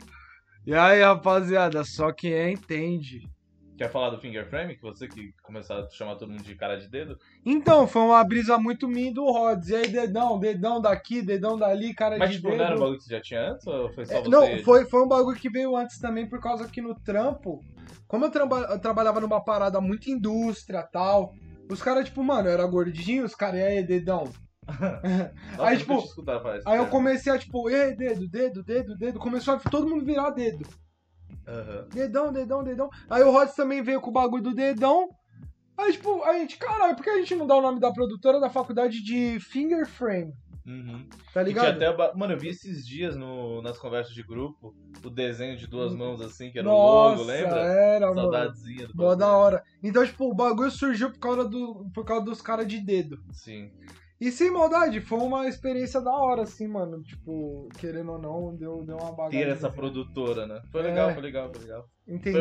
E aí, rapaziada, só quem é entende.
Quer falar do finger frame? Que você que começou a chamar todo mundo de cara de dedo?
Então, foi uma brisa muito minha do Rods. E aí, dedão, dedão daqui, dedão dali, cara
Mas,
de
tipo,
dedo.
não era um bagulho que você já tinha antes? Ou foi só
É,
você?
Não, foi, foi um bagulho que veio antes também, por causa que no trampo, como eu, traba- eu trabalhava numa parada muito indústria tal, os caras, tipo, mano, eu era gordinho, os caras, e aí, dedão?
Nossa,
Aí,
eu nunca
tipo,
tinha escutado falar esse
Aí eu
termo.
comecei a, tipo, e aí, dedo, dedo, dedo, dedo. Começou a todo mundo virar dedo.
Aham.
Dedão, dedão, dedão. Aí o Rods também veio com o bagulho do dedão. Aí, tipo, a gente, caralho, por que a gente não dá o nome da produtora da faculdade de Finger Frame?
Uhum.
Tá
E tinha
ligado?
até o ba- Mano, eu vi esses dias no... nas conversas de grupo o desenho de duas mãos assim, que era o
Hum. Nossa,
logo, lembra?
era, mano.
Saudadezinha do
Mó da hora. Então, tipo, o bagulho surgiu por causa, do, por causa dos caras de dedo.
Sim.
E sem maldade, foi uma experiência da hora, assim, mano. Tipo, querendo ou não, deu, deu uma bagulha.
Ter essa produtora, né? Foi
É.
legal, foi legal, foi legal.
Entender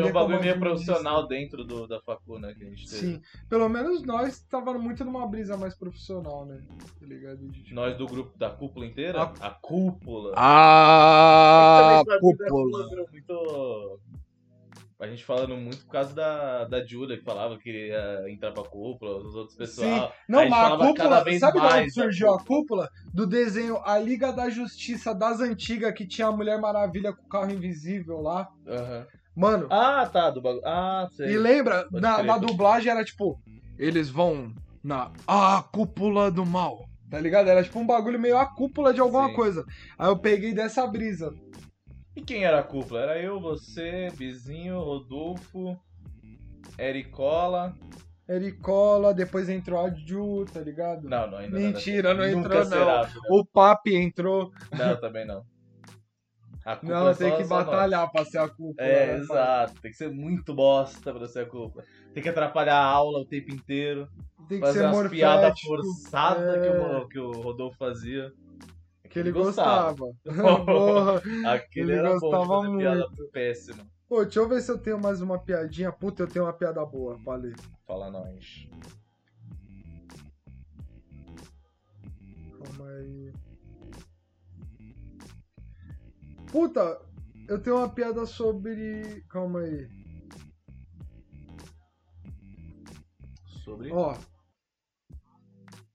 Foi um
como
bagulho meio
administra.
profissional dentro do, da facu, né? Que a gente teve.
Sim. Pelo menos nós tava muito numa brisa mais profissional, né? Tá ligado? De, tipo...
Nós do grupo da cúpula inteira? A, cúpula.
Ah,
Também
é
pra mim, da cúpula era muito. A gente falando muito por causa da, da Julia, que falava que ia entrar pra cúpula, os outros pessoal.
Não,
gente
mas a
falava cada
cúpula,
vez
sabe de onde
mais, né?
surgiu a cúpula? Do desenho A Liga da Justiça das antigas, que tinha a Mulher Maravilha com o carro invisível lá.
Aham.
Mano,
Ah, tá, do bagulho. Ah, sei.
e lembra,
Pode
na,
crer,
na
pode
dublagem era tipo, eles vão na A Cúpula do Mal. Tá ligado? Era tipo um bagulho meio a cúpula de alguma
Sim.
coisa. Aí eu peguei dessa brisa.
E quem era a cúpula? Era eu, você, Bizinho, Rodolfo, Ericola.
Ericola, depois entrou a Ju, tá ligado?
Não, não, ainda
Mentira, não
nada.
entrou
Nunca
não.
será, filho.
O Papi entrou.
Não, também não. A cúpula
Não,
é
tem
só-
que
só nós.
batalhar pra ser a cúpula.
É,
né?
exato. Tem que ser muito bosta pra ser a cúpula. Tem que atrapalhar a aula o tempo inteiro.
Tem que
fazer
ser
umas piadas
morfético.
forçadas
é.
que, o, que o Rodolfo fazia.
Que ele gostava.
(laughs)
(laughs)
gostava.
Porra.
Aquele
Ele
era
gostava
bom de fazer piada péssima.
Pô, deixa eu ver se eu tenho mais uma piadinha. Puta, eu tenho uma piada boa pra ler.
Fala nós.
Calma aí. Puta, eu tenho uma piada sobre. Calma aí.
Sobre.
Ó.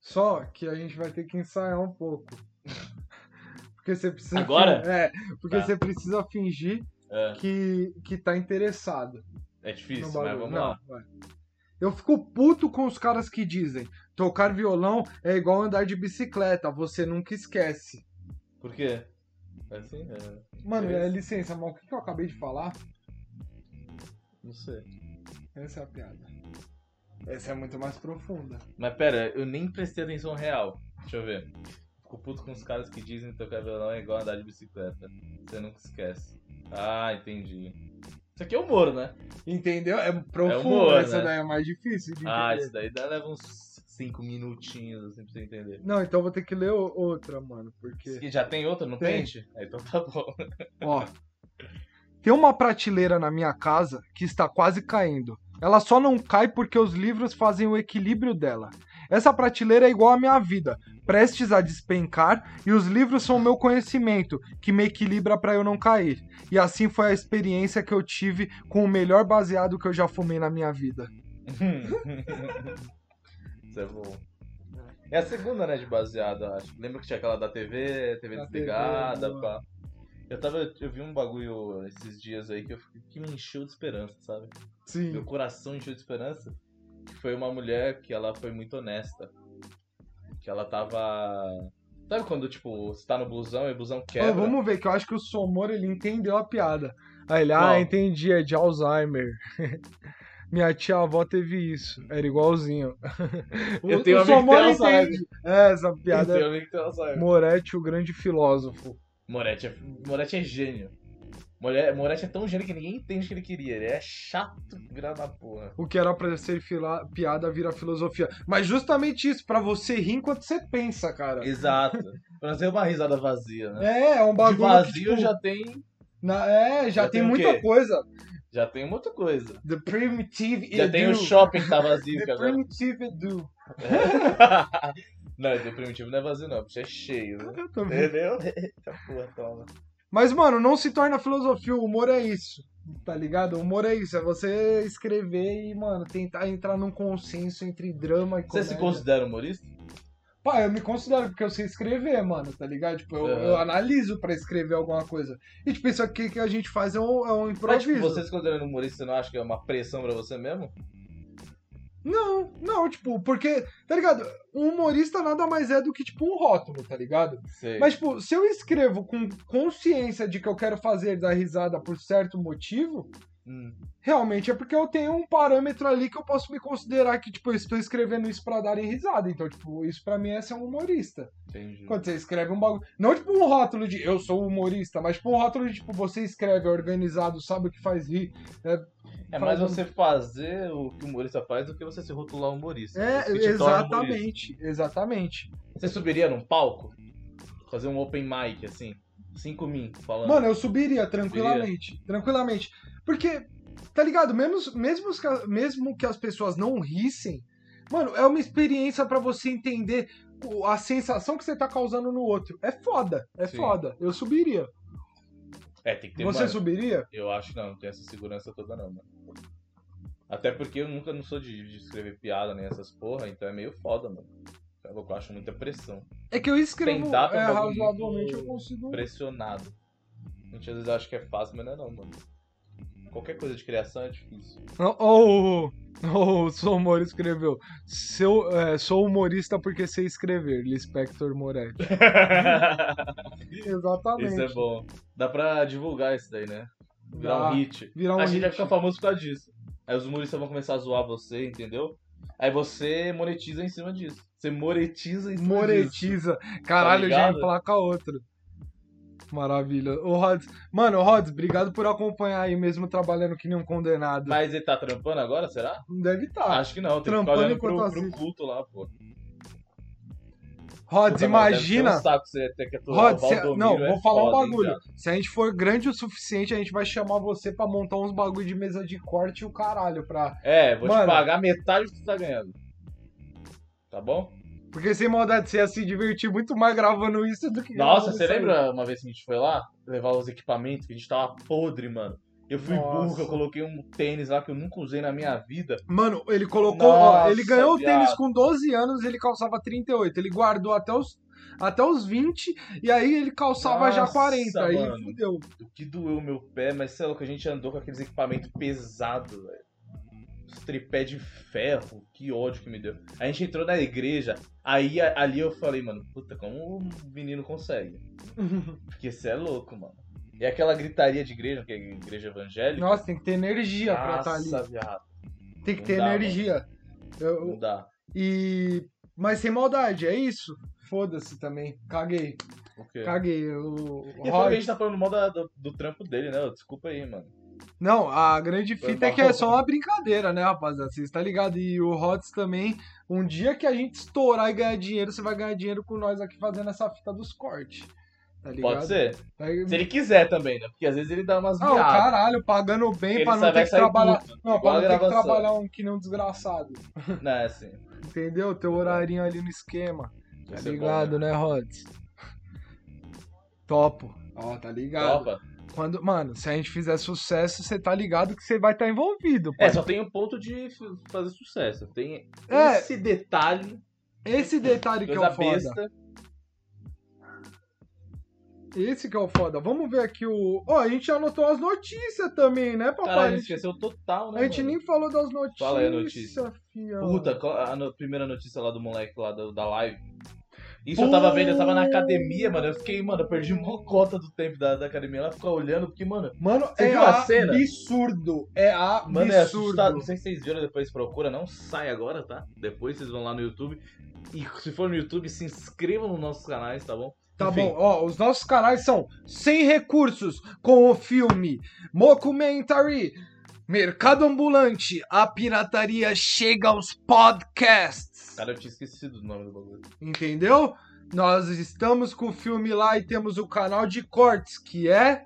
Só que a gente vai ter que ensaiar um pouco. (laughs) Porque você precisa.
Agora?
É, porque
Tá.
você precisa fingir
É,
que, que tá interessado.
é
no
difícil, mas
bagulho.
vamos
Não,
lá.
vai. Eu fico puto com os caras que dizem: tocar violão é igual andar de bicicleta, você nunca esquece.
Por quê? É assim? É,
Mano,
Beleza.
é, licença, mas o que que eu acabei de falar?
não sei.
Essa é a piada. Essa é muito mais profunda.
Mas pera, eu nem prestei atenção real. Deixa eu ver. Fico puto com os caras que dizem que tocar violão é igual andar de bicicleta. Você nunca esquece. Ah, entendi. Isso aqui é humor, né?
Entendeu? É profundo,
humor,
essa
né?
daí é mais difícil de entender.
Ah, isso daí dá- leva uns 5 minutinhos, assim, pra você entender.
Não, então eu vou ter que ler o- outra, mano, porque.
Que já tem outra, não
Tem.
tente? Ah, então tá bom.
Ó. Tem uma prateleira na minha casa que está quase caindo. Ela só não cai porque os livros fazem o equilíbrio dela. Essa prateleira é igual à minha vida, prestes a despencar, e os livros são meu conhecimento, que me equilibra para eu não cair. E assim foi a experiência que eu tive com o melhor baseado que eu já fumei na minha vida.
(laughs) Isso é bom. É a segunda, né, de baseado, eu acho. Lembra que tinha aquela da TV, TV
Da
desligada,
TV,
pá. Eu tava. Eu vi um bagulho esses dias aí que, eu, fiquei- que me encheu de esperança, sabe? Meu
Sim.
coração encheu de esperança. Que foi uma mulher que ela foi muito honesta. Que ela tava. Sabe quando, tipo, você tá no blusão e o blusão quebra?
Então, vamos ver, que eu acho que o Somor ele entendeu a piada. Aí ele,
Qual?
ah, entendi, é de Alzheimer. (laughs) Minha tia-avó teve isso,
(laughs)
era igualzinho.
Eu tenho um amigo que
Somor
tem Alzheimer.
entende. É, essa piada. é
Então, (laughs) eu nem tenho Alzheimer.
Moretti, o grande filósofo.
Moretti é, Moretti é gênio. More- Moretti é tão gênio que ninguém entende o que ele queria. Ele é chato virar da porra.
O que era pra ser fila- piada vira filosofia. Mas justamente isso, pra você rir enquanto você pensa, cara.
Exato. (laughs) pra ser uma risada vazia, né?
É, é um
De
bagulho.
vazio
que, tipo,
já tem.
na- é,
já
já, tem,
tem o
muita
quê?
coisa.
Já tem muita coisa.
The Primitive
Já
Edu.
tem o shopping que tá (laughs) vazio,
The
cara.
Primitive Edu.
não, do primitivo não é vazio, não. Porque é cheio, né?
Eu tô vendo.
Entendeu? (laughs) Eita porra, toma.
Mas, mano, não se torna filosofia. O humor é isso. Tá ligado? O humor é isso. É você escrever e, mano, tentar entrar num consenso entre drama e
Você
comédia.
se considera humorista?
Pá, eu me considero porque eu sei escrever, mano, tá ligado? Tipo, eu,
Aham.
eu analiso pra escrever alguma coisa. E, tipo, isso aqui que a gente faz é um, é um
Mas,
improviso.
tipo, você se considerando humorista, você não acha que é uma pressão pra você mesmo?
Não, não, tipo, porque, tá ligado? Um humorista nada mais é do que, tipo, um rótulo, tá ligado?
Sei.
Mas, tipo, se eu escrevo com consciência de que eu quero fazer da risada por certo motivo,
Hum.
realmente é porque eu tenho um parâmetro ali que eu posso me considerar que, tipo, eu estou escrevendo isso pra darem risada. Então, tipo, isso pra mim é ser um humorista.
Entendi.
Quando você escreve um bagulho. Não tipo um rótulo de eu sou humorista, mas tipo um rótulo de tipo, você escreve, é organizado, sabe o que faz rir.
É mais
Fazendo-
você fazer o que o humorista faz do que você se rotular humorista. né? Isso
É,
que te torna humorista.
exatamente, exatamente.
Você subiria num palco? Fazer um open mic, assim? Cinco min falando.
Mano, eu subiria tranquilamente. Tranquilamente. Porque, tá ligado? Mesmo, mesmo, os ca- mesmo que as pessoas não rissem, mano, é uma experiência pra você entender o- a sensação que você tá causando no outro. É foda, é
Sim.
foda. Eu subiria.
É, tem que ter
Você
uma...
subiria?
Eu acho que não, não tem essa segurança toda não, mano. Até porque eu nunca não sou de, de escrever piada nem essas porra, então é meio foda, mano. Tá Eu acho muita pressão.
É que eu escrevo
Tem data,
é,
bagulho
razoavelmente,
muito
eu consigo.
Pressionado. A gente às vezes acha que é fácil, mas não é não, mano. Qualquer coisa de criação é difícil. (laughs)
Ou o Sou Humor escreveu. Seu, é, sou humorista porque sei escrever, Lispector Moretti. Exatamente.
Isso é bom. Dá pra divulgar isso daí, né? Virar
Dá.
um hit.
Virar um
a gente vai
hit.
ficar famoso por causa disso. Aí os humoristas vão começar a zoar você, entendeu? Aí você monetiza em cima disso. Você monetiza em cima disso.
Monetiza. Caralho, eu já
Tá ligado?
emplaca outra. Maravilha. Ô, Rods. Mano, Rods, obrigado por acompanhar aí mesmo trabalhando que nem um condenado.
Mas tá. ele tá trampando agora, será?
Não deve estar.
Acho que não. Tem que ficar
Ah, trampando
olhando
enquanto
pro, pro
assiste.
culto lá, pô. Puta, mas
Rods,
deve ser
imagina.
Um saco você ter que aturar o
Rod, se-
Valdomiro,
não,
é
vou falar
foda,
um
hein,
bagulho.
cara.
Se a gente for grande o suficiente, a gente vai chamar você pra montar uns bagulho de mesa de corte e o caralho pra.
É, vou
Mano.
te pagar metade do que você tá ganhando. Tá bom?
Porque sem maldade, você ia se divertir muito mais gravando isso do que.
Nossa,
gravando
você
isso aí.
lembra uma vez que a gente foi lá levar os equipamentos que a gente tava podre, mano? Eu fui
Nossa.
burro, eu coloquei um tênis lá que eu nunca usei na minha vida.
Mano, ele colocou. ó,
Nossa,
ele ganhou o tênis
viado.
com 12 anos ele calçava 38. Ele guardou até os, até os 20 e aí ele calçava já
Nossa,
40. Aí
mano.
fudeu.
O que doeu meu pé, mas sei lá, que a gente andou com aqueles equipamentos pesados, velho. Os tripé de ferro, que ódio que me deu. A gente entrou na igreja, aí a- ali eu falei, mano, puta, como o menino
(laughs)
consegue? Porque você é louco, mano. E aquela gritaria de igreja, que é igreja evangélica.
Nossa, tem que ter energia pra estar ali.
Nossa, viado,
Tem que
não
ter
dá,
energia. Eu-
não dá.
e. Mas sem maldade, é isso. Foda-se também. Caguei.
Porque...
Caguei. O,
E é
Roy-
foda que a gente tá falando mal da- do, do trampo dele, né? Desculpa aí, mano.
Não, a grande fita é
mal.
que é só uma brincadeira, né, rapaziada? Vocês tá ligado? E o Rods também, um dia que a gente estourar e ganhar dinheiro, você vai ganhar dinheiro com nós aqui fazendo essa fita dos cortes. Tá ligado?
Pode ser.
Tá-
Se ele quiser também, né? Porque às vezes ele dá umas
Ah, o
viadas.
caralho, pagando bem
Ele
pra não
sai-
ter
vai
que
sair
trabalhar.
puto,
Não, pra
igual
não
a
ter que
gravação.
trabalhar um que nem um desgraçado.
Não, é assim.
Entendeu? Teu horarinho ali no esquema. Tá
Isso é bom,
ligado,
né?
né, Rods? Topo. Ó, tá ligado?
Opa.
Quando, mano, se a gente fizer sucesso, você tá ligado que você vai estar envolvido.
É,
pai.
só tem um ponto de f- fazer sucesso. Tem
É.
esse detalhe,
Esse detalhe que é
coisa
o foda.
besta.
Esse que é o foda. Vamos ver aqui o. Ó, a gente anotou as notícias também, né, papai?
Cara, a gente
a gente,
esqueceu total, né?
a gente
mano?
nem falou das notícias.
Fala aí a notícia.
fião.
Puta, qual- a no- primeira notícia lá do moleque lá do- da live. Isso eu tava vendo, eu tava na academia, mano. Eu fiquei, mano, eu perdi uma cota do tempo da, da academia. Ela ficou olhando, porque, mano,
Mano,
Você
é
viu a cena?
absurdo. É absurdo.
Mano, é assustado. Não sei se vocês viram, depois procura. Não sai agora, tá? Depois vocês vão lá no YouTube. E se for no YouTube, se inscrevam nos nossos canais, tá bom?
Tá
Enfim,
bom, ó, os nossos canais são Sem Recursos, com o filme Mockumentary, Mercado Ambulante, A Pirataria Chega aos Podcasts.
Cara, eu tinha esquecido do nome do bagulho.
Entendeu? Nós estamos com o filme lá e temos o canal de cortes, que é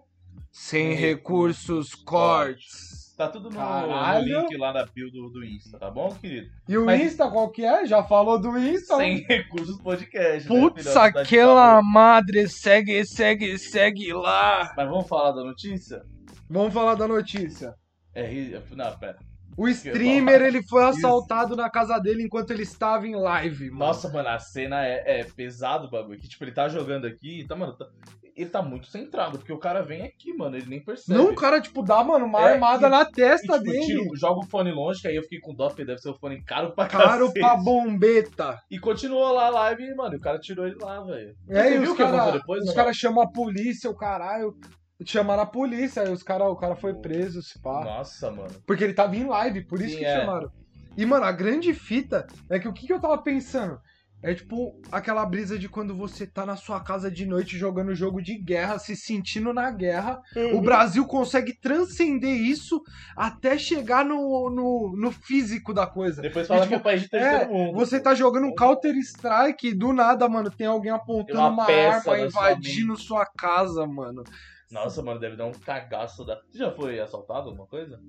Sem
Sem
Recursos Cortes.
Tá tudo no, no
Caralho.
link lá na bio do, do Insta, tá bom, querido?
E o
Mas-
Insta qual que é? Já falou do Insta?
Sem recursos podcast. né,
Então. Putz,
filhote da
aquela
ditadura.
madre, segue, segue, segue lá.
Mas vamos falar da notícia?
Vamos falar da notícia.
É. ri- Não, pera.
O streamer, ele foi
Isso.
assaltado na casa dele enquanto ele estava em live, mano.
Nossa, mano, a cena é, é pesado o bagulho. Que, tipo, ele tá jogando aqui e tá, mano. tá- Ele tá muito centrado, porque o cara vem aqui, mano. Ele nem percebe.
Não, o cara, tipo, dá, mano, uma
É,
armada
e-
na
E, tipo,
testa dele.
tiro- joga o fone longe, que aí eu fiquei com dó, porque deve ser o fone caro pra
Caro
cacete.
pra bombeta.
E continuou lá a live, e, mano, e o cara tirou ele lá, velho.
É,
Você
e
viu
os
o que aconteceu
caras
depois,
os
né?
cara chamam a polícia, o caralho. Chamaram a polícia, aí os cara, o cara foi preso, se pá.
Nossa, mano.
Porque ele tava em live, por isso
Sim,
que
é.
chamaram. E, mano, a grande fita é que o que, que eu tava pensando? É tipo aquela brisa de quando você tá na sua casa de noite jogando jogo de guerra, se sentindo na guerra. O
Uhum.
Brasil consegue transcender isso até chegar no, no, no físico da coisa.
Depois fala
E,
que é
tipo,
o país de
é,
terceiro mundo.
Você
pô.
tá jogando um Counter Strike e do nada, mano, tem alguém apontando
Uhum. Tem uma
uma,
peça
arma
na sua
invadindo sua casa, mano.
Nossa, mano, deve dar um cagaço da. Você já foi assaltado alguma coisa?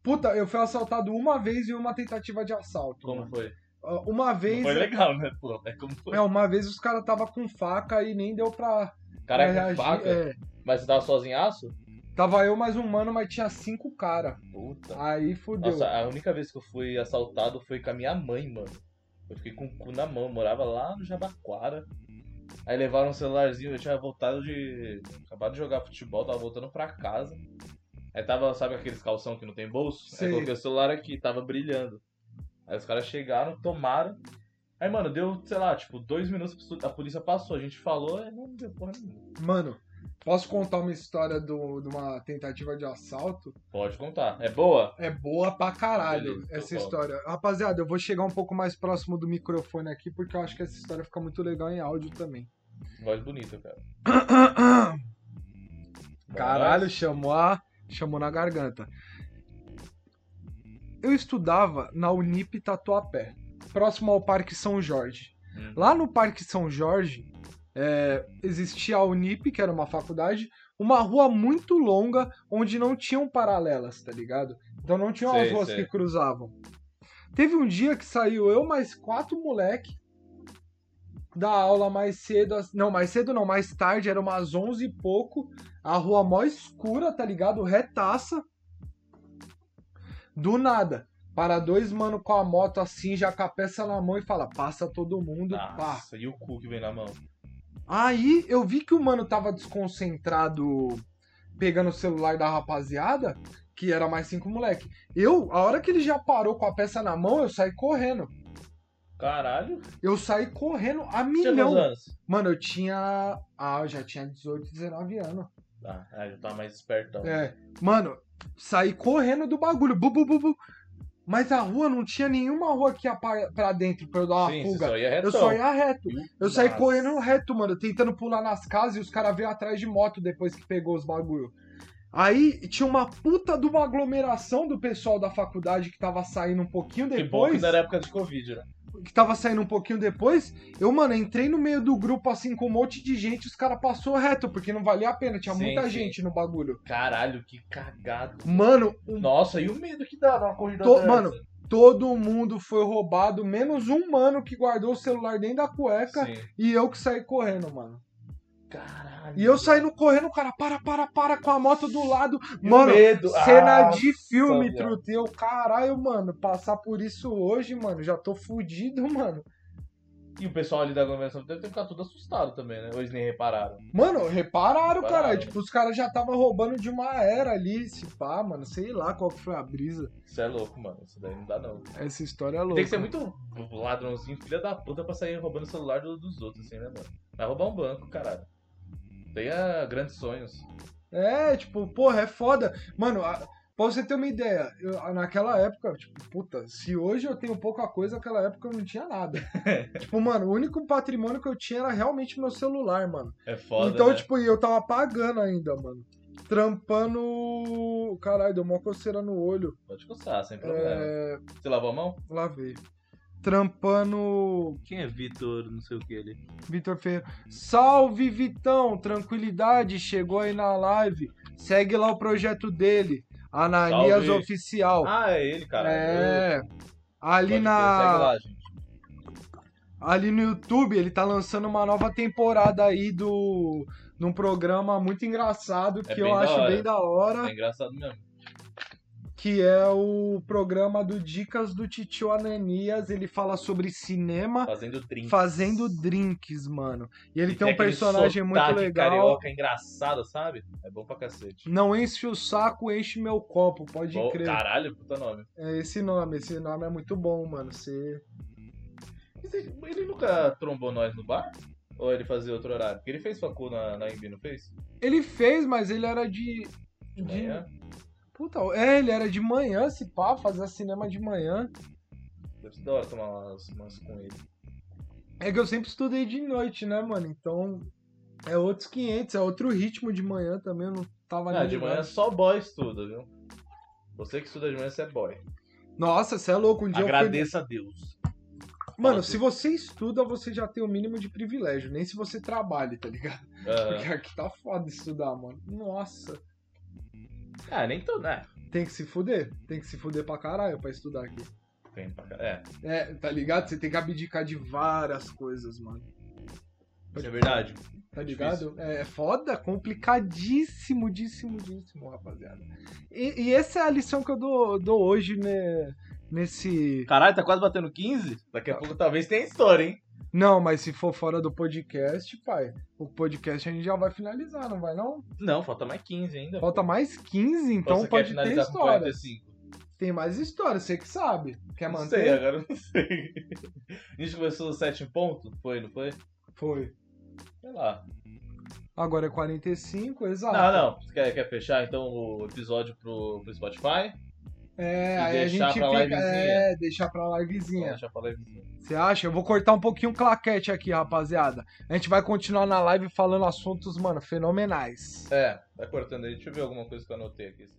Puta, eu fui assaltado uma vez em uma tentativa de assalto.
Como
mano.
foi?
Ah, Uma
Não
vez.
foi legal, né, pô? Mas como foi?
É, uma vez os caras tava com faca e nem deu pra, pra
Caraca, faca.
é.
Mas você tava sozinhaço?
Tava eu mais um mano, mas tinha cinco cara.
Puta.
Aí fudeu.
Nossa, a única vez que eu fui assaltado foi com a minha mãe, mano. Eu fiquei com o cu na mão, eu morava lá no Jabaquara. Aí levaram um celularzinho, eu tinha voltado de. acabado de jogar futebol, tava voltando pra casa. Aí tava, sabe aqueles calção que não tem bolso?
Sei.
Aí coloquei o celular aqui, tava brilhando. Aí os caras chegaram, tomaram. Aí, mano, deu, sei lá, tipo, dois minutos, a polícia passou, a gente falou, aí não deu porra nenhuma.
Mano, posso contar uma história do- de uma tentativa de assalto?
Pode contar. É boa?
É boa pra caralho
Beleza,
essa
eu falo.
história. Rapaziada, eu vou chegar um pouco mais próximo do microfone aqui, porque eu acho que essa história fica muito legal em áudio também. (clears throat)
Voz bonita, cara. Bora
Caralho,
nós.
chamou a. chamou na garganta. Eu estudava na Unip Tatuapé, próximo ao Parque São Jorge.
Hum.
Lá no Parque São Jorge é, existia a Unip, que era uma faculdade, uma rua muito longa onde não tinham paralelas, tá ligado? Então não tinham as
Sei,
ruas
sei.
que cruzavam. Teve um dia que saiu eu mais quatro moleque da aula mais cedo, às- não, mais cedo não, mais tarde, era umas 11 e pouco, a rua mó escura, tá ligado? Retaça. Do nada, para dois mano com a moto assim, já com a peça na mão e fala: "Passa todo mundo, pá".
Nossa, e o cu que vem na mão?
Aí eu vi que o mano tava desconcentrado pegando o celular da rapaziada, que era mais cinco moleque. Eu, a hora que ele já parou com a peça na mão, eu saí correndo.
Caralho.
Eu saí correndo a
Tinha quantos
milhão.
anos?
Mano, eu tinha. Ah, eu já tinha 18, 19 anos.
Ah, ah, já tá mais espertão.
É. Mano, saí correndo do bagulho. Bu, bu, bu, bu. Mas a rua não tinha nenhuma rua que ia pra, pra dentro pra eu dar uma
Sim,
fuga.
você só ia retão.
Eu só ia reto. Eu saí
Nossa.
correndo reto, mano, tentando pular nas casas e os caras veio atrás de moto depois que pegou os bagulho. Aí tinha uma puta de uma aglomeração do pessoal da faculdade que tava saindo um pouquinho
Que bom que
depois.
não era época de Covid, né?
Que tava saindo um pouquinho depois. Eu, mano, entrei no meio do grupo assim com um monte de gente, os caras passou reto, porque não valia a pena, tinha
Sim,
muita
sim.
gente no bagulho.
Caralho, que cagado.
Mano, um
Nossa, e o medo que dá numa corrida
To-
dessa?
mano, Todo mundo foi roubado, menos um mano que guardou o celular dentro da cueca
Sim.
e eu que saí correndo, mano.
Caralho.
E eu saindo correndo, o cara, para, para, para, com a moto do lado.
E o
mano,
medo.
cena
Ah,
de filme,
velho.
truteu. Caralho, mano, passar por isso hoje, mano, já tô fudido, mano.
E o pessoal ali da aglomeração deve ter ficado todo assustado também, né? Ou eles nem repararam.
Mano, repararam,
Repararam.
cara. Tipo, os caras já estavam roubando de uma era ali, se pá, mano. Sei lá qual que foi a brisa.
Isso é louco, mano. Isso daí não dá, não.
Essa história é louca.
Tem que ser muito ladrãozinho, filha da puta, pra sair roubando o celular do- dos outros, assim, né, mano? Vai roubar um banco, caralho. Tenha grandes sonhos.
É, tipo, porra, é foda. Mano, a- pra você ter uma ideia, eu- naquela época, tipo, puta, se hoje eu tenho pouca coisa, naquela época eu não
(laughs)
tinha nada. tipo, mano, o único patrimônio que eu tinha era realmente meu celular, mano.
É foda,
então,
né?
tipo, e eu tava pagando ainda, mano. Trampando. Caralho, deu uma coceira no olho.
Pode coçar, sem problema.
É.
Você lavou a mão?
Lavei. Trampando
Quem é Vitor, não sei o que ele?
Vitor Ferreira. Salve, Vitão! Tranquilidade, chegou aí na live. Segue lá o projeto dele, Ananias
Salve.
Oficial.
Ah, é ele, cara.
é.
Pode crer, Segue
Ali, na,
lá, gente.
ali no YouTube, ele tá lançando uma nova temporada aí do num programa muito engraçado
É
que
bem
eu
da
acho
hora.
bem da hora,
É engraçado mesmo.
que é o programa do Dicas do Titio Ananias. Ele fala sobre cinema
Fazendo drink.
fazendo drinks, mano. E ele
E
tem um
aquele
personagem muito
sotaque
legal.
carioca engraçado, sabe? É bom pra cacete.
Não enche o saco, enche meu copo, pode
Bom,
crer.
caralho, puta nome.
É esse nome, esse nome é muito bom, mano. Você...
Mas Ele ele nunca trombou nós no bar? Ou ele fazia outro horário? Porque ele fez facul na, na Imbi, não fez?
Ele fez, mas ele era de.
De manhã?
Puta, é, ele era de manhã, se pá, fazia cinema de manhã.
Deve ser da hora tomar umas, umas com ele.
É que eu sempre estudei de noite, né, mano? Então é outros 500, é outro ritmo de manhã também, eu não tava
Ah,
nem
de manhã
ligado.
só boy estuda, viu? Você que estuda de manhã, você é boy.
Nossa, você é louco, um dia eu
Agradeça a Deus.
fui... Mano,
Fala,
se você estuda, você já tem o mínimo de privilégio, nem se você trabalhe, tá ligado?
Aham.
Porque aqui tá foda estudar, mano. Nossa.
Ah, nem tô, né?
Tem que se fuder. Tem que se fuder pra caralho pra estudar aqui.
Tem pra cá. É,
É, tá ligado? Você tem que abdicar de várias coisas, mano.
isso é verdade.
tá ligado? É, é foda, complicadíssimo, díssimo, díssimo, rapaziada. E, e essa é a lição que eu dou, dou hoje, né? Nesse.
Caralho, tá quase batendo 15? Daqui a pouco talvez tenha história, hein?
Não, mas se for fora do podcast, pai, o podcast a gente já vai finalizar, não vai não?
Não, falta mais 15 ainda.
Falta
pô.
mais 15, então
Você quer
pode ter
finalizar com
história.
45?
Tem mais história, você que sabe. Quer
Não
manter?
sei, é. agora eu não sei. (laughs) A gente começou no 7 em ponto? Foi, não foi?
Foi.
Sei lá.
Agora é 45, exato.
Não, não. Você Quer, quer fechar então o episódio pro, pro Spotify?
É,
E
aí a
deixar
gente
pra
fica.
livezinha.
É, deixar pra
Vamos
livezinha.
deixar pra livezinha.
Você acha? Eu vou cortar um pouquinho o claquete aqui, rapaziada. A gente vai continuar na live falando assuntos, mano, fenomenais.
É, tá cortando aí. Deixa eu ver alguma coisa que eu anotei aqui.